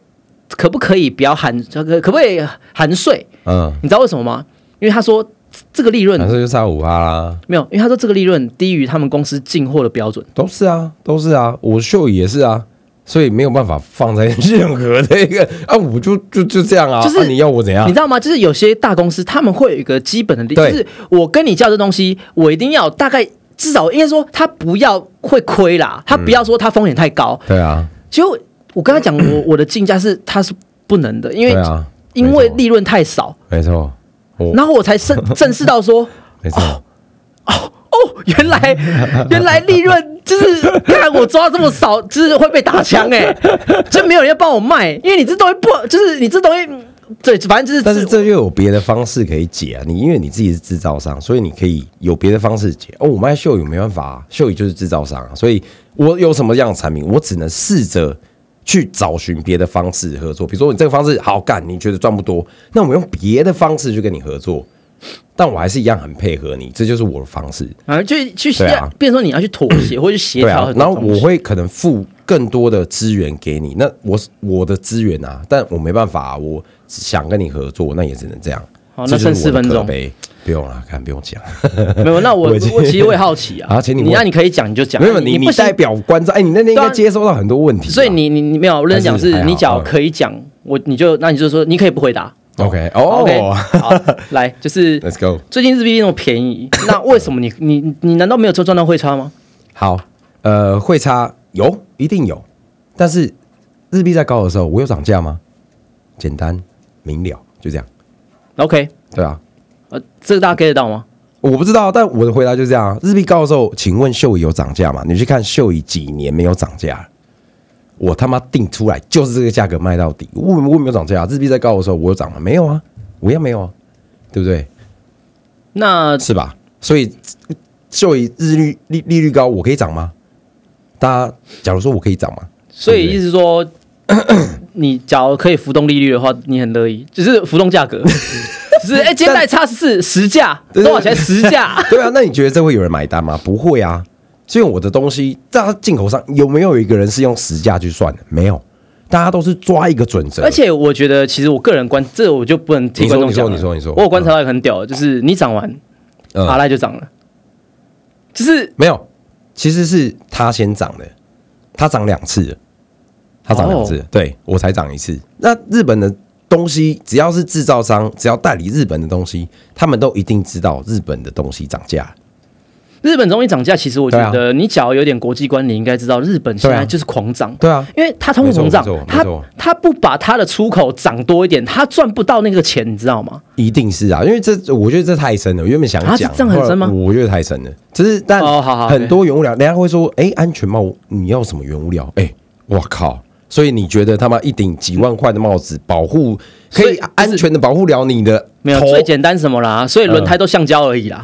Speaker 1: 可不可以不要含可可不可以含税？
Speaker 2: 嗯，
Speaker 1: 你知道为什么吗？因为他说这个利润
Speaker 2: 反正就差五趴啦，
Speaker 1: 没有，因为他说这个利润低于他们公司进货的标准。
Speaker 2: 都是啊，都是啊，我秀也是啊。所以没有办法放在任何的一个啊，我就就就这样啊，
Speaker 1: 就是
Speaker 2: 啊你要我怎样
Speaker 1: 你知？道吗？就是有些大公司他们会有一个基本的利，就
Speaker 2: 对
Speaker 1: 是我跟你叫这东西，我一定要大概至少应该说他不要会亏啦，他不要说他风险太高。
Speaker 2: 对啊，
Speaker 1: 结果我跟他讲，我我的竞价是他是不能的，因为、
Speaker 2: 嗯对啊，
Speaker 1: 因为
Speaker 2: 没错
Speaker 1: 利润太少，
Speaker 2: 没错，我
Speaker 1: 然后我才正 正视到说。
Speaker 2: 没错，
Speaker 1: 哦，原来原来利润就是看我抓这么少，就是会被打枪哎、就没有人要帮我卖，因为你这东西不就是你这东西，对，反正就是
Speaker 2: 但是这又有别的方式可以解啊。你因为你自己是制造商，所以你可以有别的方式解。哦，我卖秀宇没办法、啊，秀宇就是制造商啊，所以我有什么样的产品，我只能试着去找寻别的方式合作。比如说你这个方式好干，你觉得赚不多，那我们用别的方式去跟你合作，但我还是一样很配合你，这就是我的方式。
Speaker 1: 反正去去
Speaker 2: 对啊
Speaker 1: 变成说你要去妥 协或者去协
Speaker 2: 对
Speaker 1: 调
Speaker 2: 啊
Speaker 1: 很，多
Speaker 2: 然后
Speaker 1: 东西、
Speaker 2: 我会可能付更多的资源给你，那我是我的资源啊，但我没办法啊、我想跟你合作，那也只能这样。
Speaker 1: 好
Speaker 2: 这
Speaker 1: 哦那剩
Speaker 2: 就是我的
Speaker 1: 4分钟
Speaker 2: 可悲，不用了，看不用讲，
Speaker 1: 没有，那我
Speaker 2: 我已经
Speaker 1: 我其实我也好奇啊，
Speaker 2: 好请你问
Speaker 1: 那你可以讲你就讲，
Speaker 2: 没有
Speaker 1: 啊你
Speaker 2: 你
Speaker 1: 不行
Speaker 2: 代，表观众，哎，你那天
Speaker 1: 对
Speaker 2: 应该
Speaker 1: 啊
Speaker 2: 接收到很多问题吧，
Speaker 1: 所以你你你没有我认真讲
Speaker 2: 还是
Speaker 1: 是
Speaker 2: 还好
Speaker 1: 你只要
Speaker 2: 嗯
Speaker 1: 可以讲，我你就那你就说你可以不回答
Speaker 2: OK
Speaker 1: 好
Speaker 2: 哦
Speaker 1: ，OK，好，来 就是
Speaker 2: ，Let's go，
Speaker 1: 最近日币那么便宜，那为什么你你你难道没有赚到汇差吗？
Speaker 2: 好，呃，汇差有一定有，但是日币在高的时候，我有涨价吗？简单明了，就这样，
Speaker 1: OK，
Speaker 2: 对啊，
Speaker 1: 呃，这个大家 get 得到吗？
Speaker 2: 我不知道，但我的回答就这样啊。日币高的时候，请问秀仪有涨价吗？你去看秀仪几年没有涨价了，我他妈定出来就是这个价格卖到底。我我没有涨价啊，日币在高的时候我有涨吗？没有啊，我也没有啊，对不对？
Speaker 1: 那
Speaker 2: 是吧？所以秀仪日率利利率高，我可以涨吗？大家假如说我可以涨吗？
Speaker 1: 所以意思是说， 你假如可以浮动利率的话，你很乐意，只是浮动价 格，只是哎、今天带差是十价，
Speaker 2: 对对对
Speaker 1: 多少钱？十价。
Speaker 2: 对啊，那你觉得这会有人买单吗？不会啊，所以我的东西，大家进口商有没有一个人是用实价去算的？没有，大家都是抓一个准 则，
Speaker 1: 而且我觉得，其实我个人观，这我就不能替
Speaker 2: 你说
Speaker 1: 观众讲了。
Speaker 2: 你说你说你说
Speaker 1: 我有观察到一个很屌的，就是你涨完，
Speaker 2: 嗯
Speaker 1: 阿赖就涨了，就是
Speaker 2: 没有，其实是他先涨的，他涨两次了，他涨两次
Speaker 1: 哦
Speaker 2: 了，对我才涨一次。那日本的东西，只要是制造商，只要代理日本的东西，他们都一定知道日本的东西涨价。
Speaker 1: 日本终于涨价。其实我觉
Speaker 2: 对啊
Speaker 1: 得，你假如有点国际观，你应该知道，日本现
Speaker 2: 对
Speaker 1: 在
Speaker 2: 啊
Speaker 1: 就是狂涨。
Speaker 2: 对啊，
Speaker 1: 因为它通货膨胀
Speaker 2: 没错没错，
Speaker 1: 它
Speaker 2: 没错
Speaker 1: 它不把它的出口涨多一点，它赚不到那个钱，你知道吗？
Speaker 2: 一定是啊，因为这我觉得这太深了，我原本想
Speaker 1: 啊
Speaker 2: 讲，
Speaker 1: 这样很深吗
Speaker 2: 后来我觉得太深了，只是但
Speaker 1: 哦好好
Speaker 2: 很多原物料，人家会说，哎、安全帽你要什么原物料？哎、我靠！所以你觉得他妈一顶几万块的帽子保护可
Speaker 1: 所
Speaker 2: 以
Speaker 1: 以
Speaker 2: 安全的保护了你的
Speaker 1: 没有
Speaker 2: 头
Speaker 1: 最简单什么啦，所以轮胎都橡胶而已啦。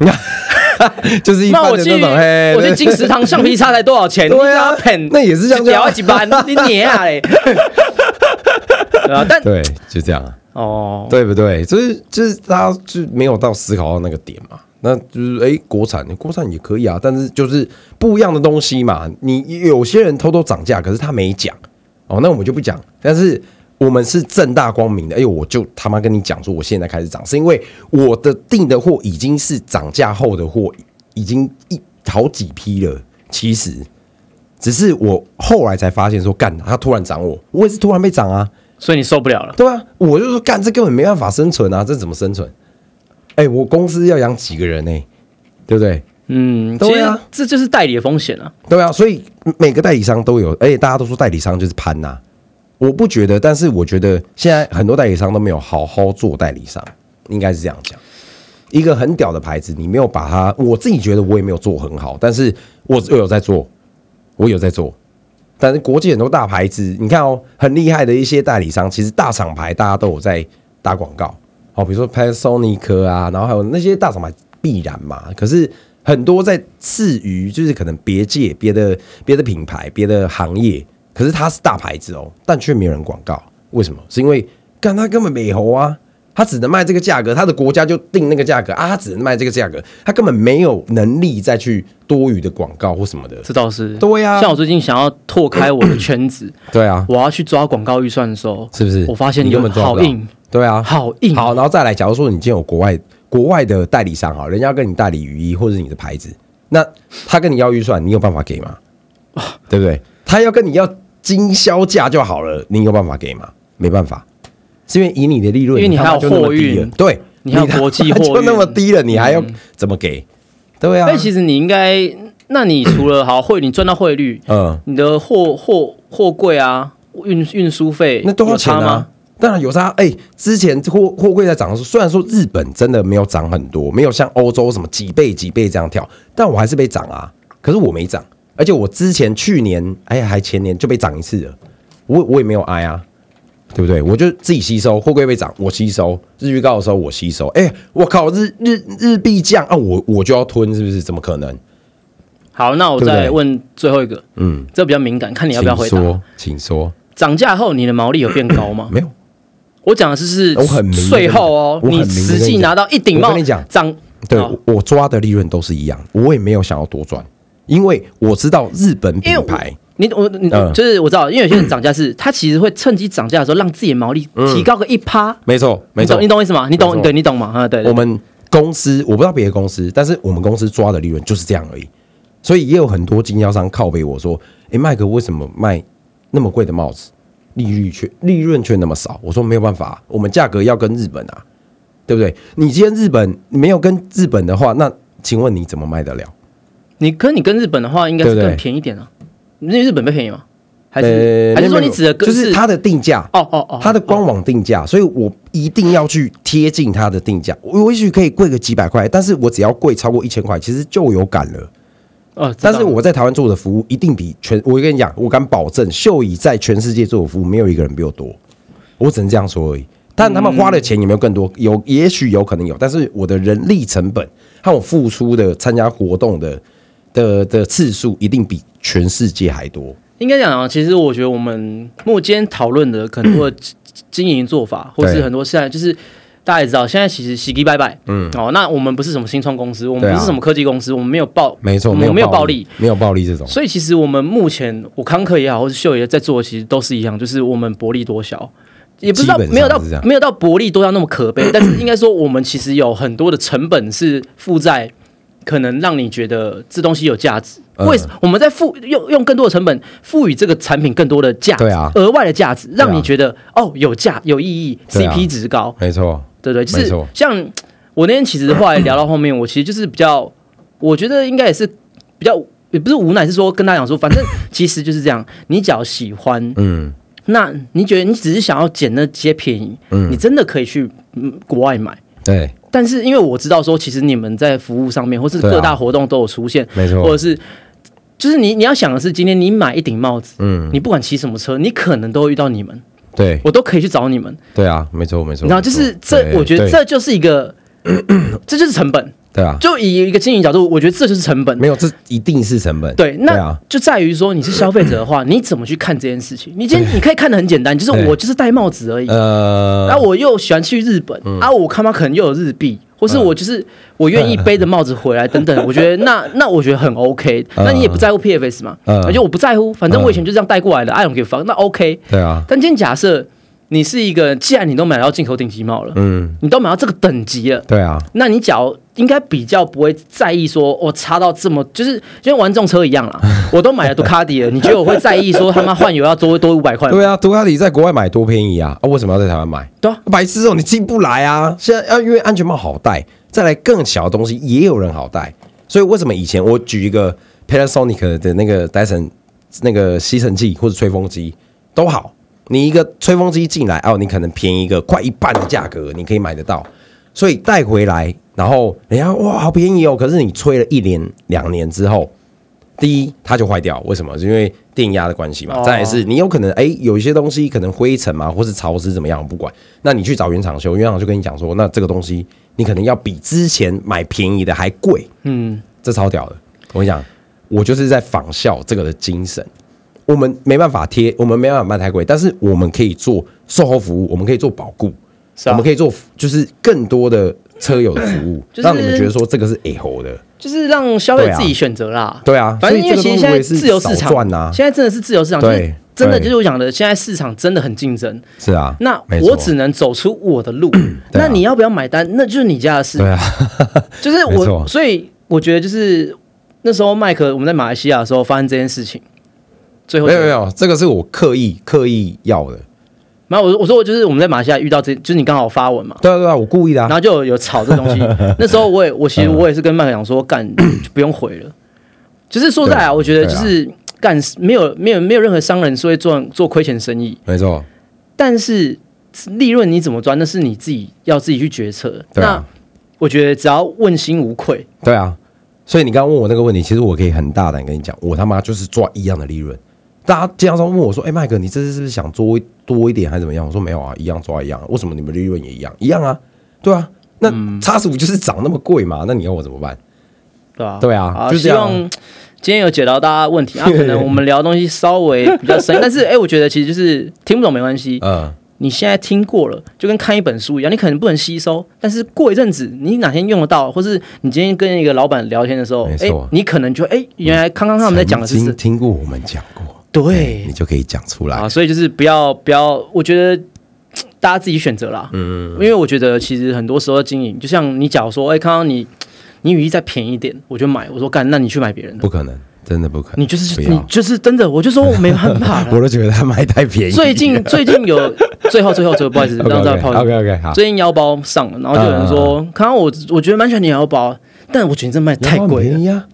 Speaker 2: 就是一
Speaker 1: 那
Speaker 2: 般
Speaker 1: 我
Speaker 2: 的
Speaker 1: 去
Speaker 2: 那种，嘿，
Speaker 1: 我去
Speaker 2: 对
Speaker 1: 金石堂橡皮擦才多少钱？
Speaker 2: 对啊
Speaker 1: 你给他骗
Speaker 2: 那也是橡胶啊
Speaker 1: 屌几班，你娘啊 嘞！对啊，但
Speaker 2: 对，就这样啊，
Speaker 1: 哦，
Speaker 2: 对不对？就是就是大家就没有到思考到那个点嘛，那就是哎、国产国产也可以啊，但是就是不一样的东西嘛。你有些人偷偷涨价，可是他没讲哦，那我们就不讲。但是我们是正大光明的，哎、呦，我就他妈跟你讲说，我现在开始涨，是因为我的订的货已经是涨价后的货，已经一好几批了。其实只是我后来才发现说，干他突然涨我，我也是突然被涨啊。
Speaker 1: 所以你受不了了。
Speaker 2: 对啊，我就说干，这根本没办法生存啊，这怎么生存？哎、我公司要养几个人呢、对不对？
Speaker 1: 嗯，
Speaker 2: 对啊
Speaker 1: 其实这就是代理的风险啊。
Speaker 2: 对啊，所以每个代理商都有，而且大家都说代理商就是攀呐、我不觉得，但是我觉得现在很多代理商都没有好好做代理商，应该是这样讲。一个很屌的牌子，你没有把它，我自己觉得我也没有做很好，但是我我有在做，我有在做。但是国际很多大牌子，你看哦，很厉害的一些代理商，其实大厂牌大家都有在打广告，哦，比如说 Panasonic 啊，然后还有那些大厂牌必然嘛。可是很多在次于就是可能别界、别的、别的品牌、别的行业，可是它是大牌子哦，但却没有人广告，为什么？是因为干它根本没猴啊。它只能卖这个价格，它的国家就定那个价格啊，它只能卖这个价格，它根本没有能力再去多余的广告或什么的。
Speaker 1: 这倒是
Speaker 2: 对啊
Speaker 1: 像我最近想要拓开我的圈 子，
Speaker 2: 对啊，
Speaker 1: 我要去抓广告预算的时候，
Speaker 2: 是不是？
Speaker 1: 我发现
Speaker 2: 你根
Speaker 1: 有
Speaker 2: 本抓不
Speaker 1: 好
Speaker 2: 到
Speaker 1: 硬，，
Speaker 2: 对啊，
Speaker 1: 好硬
Speaker 2: 好，然后再来，假如说你今天有国外国外的代理商好，人家要跟你代理雨衣或者是你的牌子，那他跟你要预算，你有办法给 吗？对不对？他要跟你要经销价就好了，你有办法给吗？没办法，是因为以你的利润，
Speaker 1: 因为你
Speaker 2: 他妈
Speaker 1: 还有
Speaker 2: 就那么
Speaker 1: 货
Speaker 2: 低了
Speaker 1: 运
Speaker 2: 对，
Speaker 1: 你还有
Speaker 2: 他
Speaker 1: 国际
Speaker 2: 妈
Speaker 1: 货
Speaker 2: 就那么
Speaker 1: 运嗯
Speaker 2: 低了，你还要怎么给？对啊
Speaker 1: 但，其实你应该，那你除了好汇，你赚到汇率，
Speaker 2: 嗯，
Speaker 1: 你的货货货柜啊，运运输费
Speaker 2: 那多少
Speaker 1: 有差
Speaker 2: 钱啊
Speaker 1: 吗？？
Speaker 2: 当然有差。哎、之前货货柜在涨的时候，虽然说日本真的没有涨很多，没有像欧洲什么几倍几倍这样跳，但我还是被涨啊。可是我没涨，而且我之前去年哎还前年就被涨一次了，我我也没有挨啊。对不对？我就自己吸收，货柜被涨，我吸收；日预告的时候我吸收。哎、我靠，日日日币降啊，我我就要吞，是不是？怎么可能？
Speaker 1: 好，那我
Speaker 2: 对不对
Speaker 1: 再问最后一个，
Speaker 2: 嗯，
Speaker 1: 这比较敏感，看你要不要回
Speaker 2: 请
Speaker 1: 答。
Speaker 2: 说，请说。
Speaker 1: 涨价后你的毛利有变高吗？
Speaker 2: 没有，
Speaker 1: 我讲的是是
Speaker 2: 我很明白
Speaker 1: 税后哦，
Speaker 2: 我很
Speaker 1: 你
Speaker 2: 明白
Speaker 1: 实际拿到一顶帽，
Speaker 2: 我跟你讲
Speaker 1: 涨
Speaker 2: 对
Speaker 1: 好
Speaker 2: 我抓的利润都是一样，我也没有想要多赚，因为我知道日本
Speaker 1: 因为
Speaker 2: 品
Speaker 1: 我
Speaker 2: 牌
Speaker 1: 你我你、
Speaker 2: 嗯
Speaker 1: 就是我知道，因为有些人涨价是，他其实会趁机涨价的时候，让自己的毛利提高个一趴、
Speaker 2: 没错嗯没
Speaker 1: 你
Speaker 2: 错
Speaker 1: 懂你，懂我意思吗？你
Speaker 2: 没
Speaker 1: 懂
Speaker 2: 错
Speaker 1: 对，你懂吗？啊，对
Speaker 2: 我们公司我不知道别的公司，但是我们公司抓的利润就是这样而已，所以也有很多经销商靠背我说，诶，麦哥为什么卖那么贵的帽子，利率却利润却那么少？我说没有办法，啊我们价格要跟日本啊，对不对？你今天日本没有跟日本的话，那请问你怎么卖得了？
Speaker 1: 你可是你跟日本的话，应该是
Speaker 2: 对不对
Speaker 1: 更便宜一点啊。因为日本被便宜吗？还是、
Speaker 2: 呃
Speaker 1: 还是说
Speaker 2: 没有
Speaker 1: 你指的
Speaker 2: 没有就是它的定价
Speaker 1: 哦哦哦，
Speaker 2: 它的
Speaker 1: 哦
Speaker 2: 官网定价，所以我一定要去贴近它的定价。我我也许可以贵个几百块，但是我只要贵超过一千块，其实就有感了。
Speaker 1: 哦，知道
Speaker 2: 但是我在台湾做的服务一定比全，我跟你讲，我敢保证，秀仪在全世界做的服务没有一个人比我多，我只能这样说而已。但他们花的钱有没有更多？
Speaker 1: 嗯
Speaker 2: 有，也许有可能有，但是我的人力成本和我付出的参加活动的的的次数一定比全世界还多。
Speaker 1: 应该讲啊，其实我觉得我们目前讨论的可 能或经营做法，或是
Speaker 2: 对
Speaker 1: 很多现在就是大家也知道，现在其实喜极拜拜，嗯，哦，那我们不是什么新创公司，我
Speaker 2: 对
Speaker 1: 们
Speaker 2: 啊
Speaker 1: 不是什么科技公司，我们嗯没有暴，
Speaker 2: 没错，
Speaker 1: 我们没有暴
Speaker 2: 利
Speaker 1: 利。，
Speaker 2: 没有暴利这种。
Speaker 1: 所以其实我们目前，我康克也好，或是秀也在做，的其实都是一样，就是我们薄利多销，也不知道
Speaker 2: 基本上
Speaker 1: 没有到
Speaker 2: 是这样
Speaker 1: 没有到薄利多销那么可 悲，但是应该说我们其实有很多的成本是负债，可能让你觉得这东西有价值。
Speaker 2: 嗯
Speaker 1: 为、我们在赋用用更多的成本赋予这个产品更多的价值，
Speaker 2: 对啊
Speaker 1: 额外的价值，让
Speaker 2: 对啊
Speaker 1: 你觉得、哦有价有意义
Speaker 2: 对啊
Speaker 1: ，CP 值高，
Speaker 2: 没错，
Speaker 1: 对对，就
Speaker 2: 没
Speaker 1: 是
Speaker 2: 错
Speaker 1: 像我那天其实后来聊到后面，我其实就是比较， 我觉得应该也是比较，也不是无奈，是说跟他讲说，反正其实就是这样，你只要喜欢，
Speaker 2: 嗯，
Speaker 1: 那你觉得你只是想要捡那些便宜，你真的可以去、嗯、国外买。
Speaker 2: 对，
Speaker 1: 但是因为我知道说，其实你们在服务上面，或是
Speaker 2: 对啊
Speaker 1: 各大活动都有出现，
Speaker 2: 没错
Speaker 1: 或者是。就是你，你要想的是，今天你买一顶帽子，
Speaker 2: 嗯
Speaker 1: 你不管骑什么车，你可能都会遇到你们，
Speaker 2: 对，
Speaker 1: 我都可以去找你们。
Speaker 2: 对啊，没错，没错。
Speaker 1: 然后就
Speaker 2: 没错
Speaker 1: 是这，
Speaker 2: 对
Speaker 1: 我觉得
Speaker 2: 对
Speaker 1: 这就是一个，这就是成本。
Speaker 2: 对啊，
Speaker 1: 就以一个经营角度，我觉得这就是成本。
Speaker 2: 没有，这一定是成本。
Speaker 1: 对，那
Speaker 2: 啊，
Speaker 1: 就在于说你是消费者的话，你怎么去看这件事情？你今天你可以看得很简单，就是
Speaker 2: 对
Speaker 1: 我就是戴帽子而已。
Speaker 2: 呃，嗯
Speaker 1: 然后我又喜欢去日本，啊，我他妈可能又有日币，或是我就是我愿意
Speaker 2: 嗯
Speaker 1: 背着帽子回来等等，我觉得那那我觉得很 OK。那你也不在乎 PFS 嘛？
Speaker 2: 嗯
Speaker 1: 我觉得我不在乎，反正我以前就这样带过来的，I don't give a fuck，那 OK。
Speaker 2: 对啊，
Speaker 1: 但今天假设你是一个，既然你都买到进口顶级帽了，
Speaker 2: 嗯，
Speaker 1: 你都买到这个等级了。
Speaker 2: 对啊，
Speaker 1: 那你脚应该比较不会在意说，我、擦到这么，就是就跟玩这种车一样 啦。我都买了杜卡迪了，你觉得我会在意说他妈换油要多多五百块吗？
Speaker 2: 对啊，杜卡迪在国外买多便宜啊，啊，为什么要在台湾买？
Speaker 1: 对啊，
Speaker 2: 白痴哦，你进不来啊！现在要因为安全帽好戴，再来更小的东西也有人好戴，所以为什么以前我举一个 Panasonic 的那个 Dyson 那个吸尘器或者吹风机都好，你一个吹风机进来哦，你可能便宜一个快一半的价格，你可以买得到，所以带回来，然后人家哇好便宜哦，可是你吹了一年两年之后。第一，它就坏掉，为什么？是因为电压的关系嘛。
Speaker 1: 哦
Speaker 2: 再来是你有可能哎、有一些东西可能灰尘嘛，或是潮湿怎么样，不管。那你去找原厂修，原厂就跟你讲说，那这个东西你可能要比之前买便宜的还贵，
Speaker 1: 嗯，
Speaker 2: 这超屌的。我跟你讲，我就是在仿效这个的精神。我们没办法贴，我们没办法卖太贵，但是我们可以做售后服务，我们可以做保固，
Speaker 1: 是啊
Speaker 2: 我们可以做就是更多的车友的服务，
Speaker 1: 就是
Speaker 2: 让你们觉得说这个是 A 猴的。
Speaker 1: 就是让消费
Speaker 2: 对
Speaker 1: 者
Speaker 2: 啊
Speaker 1: 自己选择啦。
Speaker 2: 对啊
Speaker 1: 反正
Speaker 2: 所
Speaker 1: 因
Speaker 2: 以
Speaker 1: 为
Speaker 2: 这个
Speaker 1: 其实
Speaker 2: 东
Speaker 1: 现在
Speaker 2: 西我也是
Speaker 1: 自由市
Speaker 2: 少
Speaker 1: 场
Speaker 2: 赚啊
Speaker 1: 现在真的是自由市场，
Speaker 2: 对
Speaker 1: 就是真的
Speaker 2: 对
Speaker 1: 就是我讲的，现在市场真的很竞争。
Speaker 2: 是啊，
Speaker 1: 那
Speaker 2: 没
Speaker 1: 我
Speaker 2: 错啊
Speaker 1: 只能走出我的路，那你要不要买单，那就是你家的事
Speaker 2: 对。啊，
Speaker 1: 就是
Speaker 2: 没
Speaker 1: 我，
Speaker 2: 错
Speaker 1: 所以我觉得就是那时候麦克我们在马来西亚的时候发生这件事情，最后
Speaker 2: 没有没有，这个是我刻意刻意要的。
Speaker 1: 没有，我说我说我就是我们在马来西亚遇到这，就是你刚好发文嘛，
Speaker 2: 对啊对啊，我故意的、
Speaker 1: 然
Speaker 2: 啊。嗯
Speaker 1: 后就有有吵这东 西。那时候我也我其实我也是跟麦克讲说，干就不用回了。就是说实在
Speaker 2: 对
Speaker 1: 啊，
Speaker 2: 啊
Speaker 1: 我觉得就是干没有没有没有任何商人是会做做亏钱生意，
Speaker 2: 没错，
Speaker 1: 但是利润你怎么赚，那是你自己要自己去决策。
Speaker 2: 对
Speaker 1: 那
Speaker 2: 啊
Speaker 1: 我觉得只要问心无愧，
Speaker 2: 对啊。所以你刚刚问我那个问题，其实我可以很大胆跟你讲，我他妈就是抓一样的利润。大家经常说问我说：“哎、麦克，你这次是不是想多多一点还是怎么样？”我说：“没有啊，一样抓一样。为什么你们利润也一样？一样啊，对啊。那
Speaker 1: 嗯
Speaker 2: 叉十五就是涨那么贵嘛，那你要我怎么办？
Speaker 1: 对吧、啊？
Speaker 2: 对啊
Speaker 1: 好
Speaker 2: 就这
Speaker 1: 希
Speaker 2: 样
Speaker 1: 望今天有解答大家的问题啊。可能我们聊的东西稍微比较 深，但是哎、我觉得其实就是听不懂没关系，
Speaker 2: 嗯，
Speaker 1: 你现在听过了，就跟看一本书一样，你可能不能吸收，但是过一阵子，你哪天用得到，或是你今天跟一个老板聊天的时候，
Speaker 2: 没
Speaker 1: 哎
Speaker 2: 错，
Speaker 1: 你可能就哎，原来康康他们在讲的
Speaker 2: 曾
Speaker 1: 是
Speaker 2: 经听过我们讲过，哎
Speaker 1: 对
Speaker 2: 你就可以讲出来
Speaker 1: 啊，。所以就是不要不要，我觉得嘖大家自己选择啦，嗯，因为我觉得其实很多时候经营，就像你假如说，哎，康康你嘖你语义再便宜一点，我就买，我说干，那你去买别人的，
Speaker 2: 不可能，真的不可能。
Speaker 1: 你就是
Speaker 2: 不
Speaker 1: 你
Speaker 2: 要，啊
Speaker 1: 就是真的，我就说我没办 法了。
Speaker 2: 我都觉得他卖太便宜了。
Speaker 1: 最 近最近有最后最后最后，不好意思，让大家泡一
Speaker 2: OK OK OK 好。
Speaker 1: 最近腰包上了，然后就有人
Speaker 2: 嗯
Speaker 1: 说，看我我觉得蛮喜欢你的腰包，但我觉得你这卖太贵了
Speaker 2: 便。宜啊！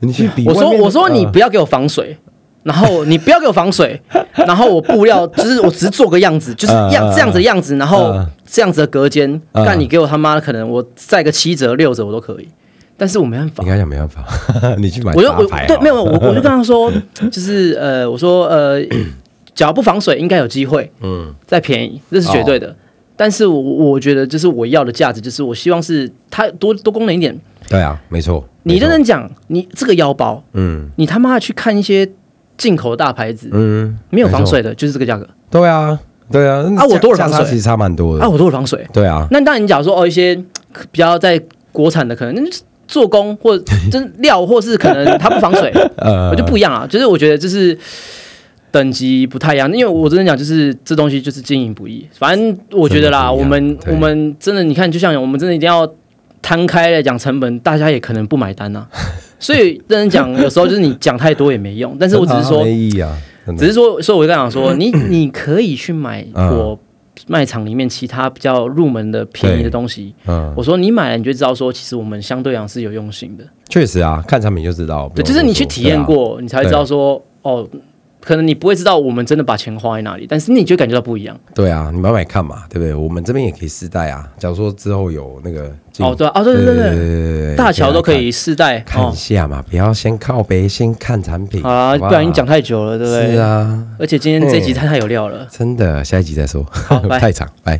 Speaker 2: 你去比
Speaker 1: 我说
Speaker 2: 外面的
Speaker 1: 我说你
Speaker 2: 呃
Speaker 1: 不要给我防水。然后 你不要给我防水，然后我布料就是我只是做个样子，就是
Speaker 2: 嗯
Speaker 1: 样
Speaker 2: 嗯
Speaker 1: 这样子的样子，然后
Speaker 2: 嗯
Speaker 1: 这样子的隔间，
Speaker 2: 嗯
Speaker 1: 但你给我他妈的可能我再个七折六折我都可以，但是我没办法
Speaker 2: 你，跟他讲没办法， 你去买
Speaker 1: 我就
Speaker 2: 杂
Speaker 1: 我
Speaker 2: 牌好了
Speaker 1: 对没有我我就跟他说， 就是呃我说 呃，只要不防水应该有机会，
Speaker 2: 嗯
Speaker 1: 再便宜，这是绝对
Speaker 2: 哦
Speaker 1: 的。但是我我觉得就是我要的价值，就是我希望是它多多功能一点。
Speaker 2: 对啊，没错，
Speaker 1: 你
Speaker 2: 没错
Speaker 1: 认真讲，你这个腰包，
Speaker 2: 嗯
Speaker 1: 你他妈的去看一些进口大牌子，
Speaker 2: 嗯
Speaker 1: 没有防水
Speaker 2: 没错
Speaker 1: 的，就是这个价格
Speaker 2: 对啊对啊
Speaker 1: 啊我多了
Speaker 2: 价
Speaker 1: 防水
Speaker 2: 价差其实差蛮多的
Speaker 1: 啊，我都有防水。
Speaker 2: 对啊
Speaker 1: 那当然，你假如说哦一些比较在国产的，可能就是做工或 者就是料，或是可能它不防水，
Speaker 2: 呃
Speaker 1: 我就不一样啊。就是我觉得就是等级不太一样，因为我真的讲，就是这东西就是经营不易。反正我觉得啦，
Speaker 2: 真的不一
Speaker 1: 我
Speaker 2: 样
Speaker 1: 们
Speaker 2: 对
Speaker 1: 我们真的，你看，就像我们真的一定要摊开来讲成本，大家也可能不买单呐、所以认真讲，有时候就是你讲太多也没用。但是我只是
Speaker 2: 真的啊
Speaker 1: 说
Speaker 2: 没，意义啊，真的
Speaker 1: 只是说，所以我就跟他讲说， 你你可以去买
Speaker 2: 嗯
Speaker 1: 我卖场里面其他比较入门的便宜的东西。
Speaker 2: 嗯
Speaker 1: 我说你买了，你就知道说，其实我们相对讲是有用心的。
Speaker 2: 确实啊，看产品就知道，
Speaker 1: 对，
Speaker 2: 不用
Speaker 1: 就是你去
Speaker 2: 多说
Speaker 1: 体验，
Speaker 2: 对啊
Speaker 1: 过，你才会知道说，哦，可能你不会知道我们真的把钱花在哪里，但是你就感觉到不一样。
Speaker 2: 对啊，你买买看嘛，对不对？我们这边也可以试戴啊，假如说之后有那个进
Speaker 1: 哦，对啊，哦，对对对对，
Speaker 2: 对啊
Speaker 1: 大桥都可以试戴
Speaker 2: 看
Speaker 1: 哦
Speaker 2: 一。下嘛，不要先靠背，先看产品。
Speaker 1: 好啦，
Speaker 2: 不好
Speaker 1: 啊不然你讲太久了，对不对？
Speaker 2: 是。啊，
Speaker 1: 而且今天这集太太有料了。
Speaker 2: 真的，下一集再说，
Speaker 1: 拜
Speaker 2: 太长，拜。